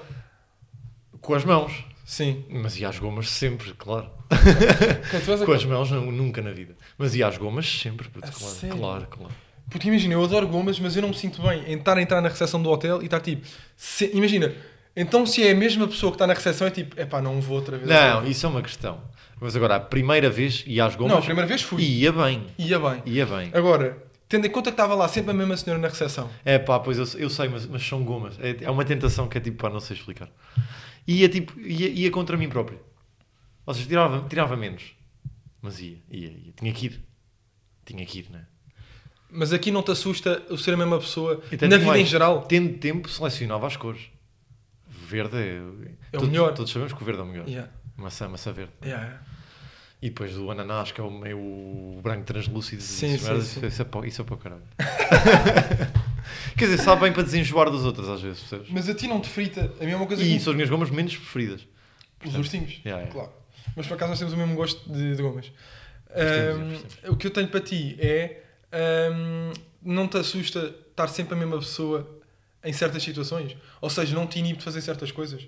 [SPEAKER 5] Com as mãos.
[SPEAKER 2] Sim.
[SPEAKER 5] Mas e às gomas sempre, claro.
[SPEAKER 2] Cara, tu és a-
[SPEAKER 5] Com as mãos não- nunca na vida. Mas e às gomas sempre, puto,
[SPEAKER 2] A sério?
[SPEAKER 5] claro, claro, claro.
[SPEAKER 2] Porque imagina, eu adoro gomas, mas eu não me sinto bem em estar a entrar na recepção do hotel e estar tipo. se- Imagina, então se é a mesma pessoa que está na recepção, é tipo, epá, não vou outra vez.
[SPEAKER 5] Não, isso é uma questão. Mas agora, a primeira vez e às gomas.
[SPEAKER 2] Não, a primeira vez fui.
[SPEAKER 5] Ia bem,
[SPEAKER 2] Ia bem.
[SPEAKER 5] ia bem.
[SPEAKER 2] Agora, tendo em conta que estava lá sempre a mesma senhora na recepção,
[SPEAKER 5] É pá, pois eu, eu sei, mas, mas são gomas. É, é uma tentação que é tipo, pá, não sei explicar. Ia tipo, ia, ia contra mim próprio. Ou seja, tirava, tirava menos. Mas ia, ia, ia. Tinha que ir. Tinha que ir, né?
[SPEAKER 2] mas aqui não te assusta o ser a mesma pessoa
[SPEAKER 5] E tanto
[SPEAKER 2] na vida
[SPEAKER 5] mais,
[SPEAKER 2] em geral.
[SPEAKER 5] Tendo tempo, selecionava as cores. Verde é.
[SPEAKER 2] É o
[SPEAKER 5] todos-
[SPEAKER 2] melhor.
[SPEAKER 5] Todos sabemos que o verde é o melhor.
[SPEAKER 2] Yeah,
[SPEAKER 5] Maçã, maçã verde.
[SPEAKER 2] yeah.
[SPEAKER 5] E depois o ananás, que é o meio branco translúcido.
[SPEAKER 2] Sim,
[SPEAKER 5] isso,
[SPEAKER 2] sim,
[SPEAKER 5] merda,
[SPEAKER 2] sim.
[SPEAKER 5] Isso, é para, isso é para o caralho. Quer dizer, sabe bem para desenjoar dos outros às vezes, percebes?
[SPEAKER 2] Mas a ti não te frita. A mim é uma coisa
[SPEAKER 5] E
[SPEAKER 2] que
[SPEAKER 5] são as minhas gomas menos preferidas.
[SPEAKER 2] Os ursinhos,
[SPEAKER 5] Yeah, yeah.
[SPEAKER 2] claro. Mas por acaso nós temos o mesmo gosto de, de gomas.
[SPEAKER 5] Percebemos,
[SPEAKER 2] Ahm,
[SPEAKER 5] é, percebemos.
[SPEAKER 2] o que eu tenho para ti é. ahm, não te assusta estar sempre a mesma pessoa em certas situações? Ou seja, não te inibe de fazer certas coisas?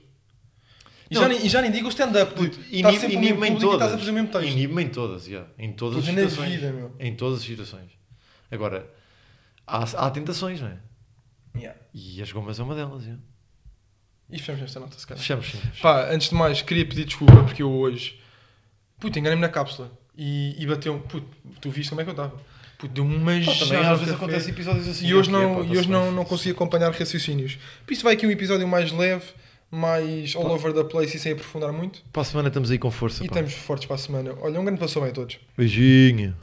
[SPEAKER 2] E,
[SPEAKER 5] Não.
[SPEAKER 2] já nem, e já nem digo o stand-up.
[SPEAKER 5] Puto,
[SPEAKER 2] puto. Estás
[SPEAKER 5] Inibe-
[SPEAKER 2] Tá sempre no mesmo
[SPEAKER 5] Inibe-me em
[SPEAKER 2] público e estás
[SPEAKER 5] todas.
[SPEAKER 2] a fazer o mesmo texto.
[SPEAKER 5] Inibe-me em todas, yeah. em todas as
[SPEAKER 2] Puto, na
[SPEAKER 5] situações.
[SPEAKER 2] vida, meu.
[SPEAKER 5] Em todas as situações. Agora, há, há tentações, não é?
[SPEAKER 2] Yeah.
[SPEAKER 5] E as gomas é uma delas, yeah.
[SPEAKER 2] E fechamos esta nota, se calhar.
[SPEAKER 5] Fechamos, sim.
[SPEAKER 2] Pá, antes de mais, queria pedir desculpa porque eu hoje. Puto, enganei-me na cápsula. E, e bateu. um, Puto, tu viste como é que eu estava. Puto, deu-me uma
[SPEAKER 5] Pá, também
[SPEAKER 2] jarra
[SPEAKER 5] às
[SPEAKER 2] de
[SPEAKER 5] vezes
[SPEAKER 2] café.
[SPEAKER 5] acontecem episódios assim.
[SPEAKER 2] E hoje,
[SPEAKER 5] ok, pá,
[SPEAKER 2] não, e
[SPEAKER 5] tá-se
[SPEAKER 2] hoje
[SPEAKER 5] bem.
[SPEAKER 2] não, não consegui acompanhar raciocínios. Por isso vai aqui um episódio mais leve, mais all over the place e sem aprofundar muito.
[SPEAKER 5] Para a semana estamos aí com força.
[SPEAKER 2] E
[SPEAKER 5] pá.
[SPEAKER 2] estamos fortes para a semana. Olha, um grande passou bem a todos.
[SPEAKER 5] Beijinho.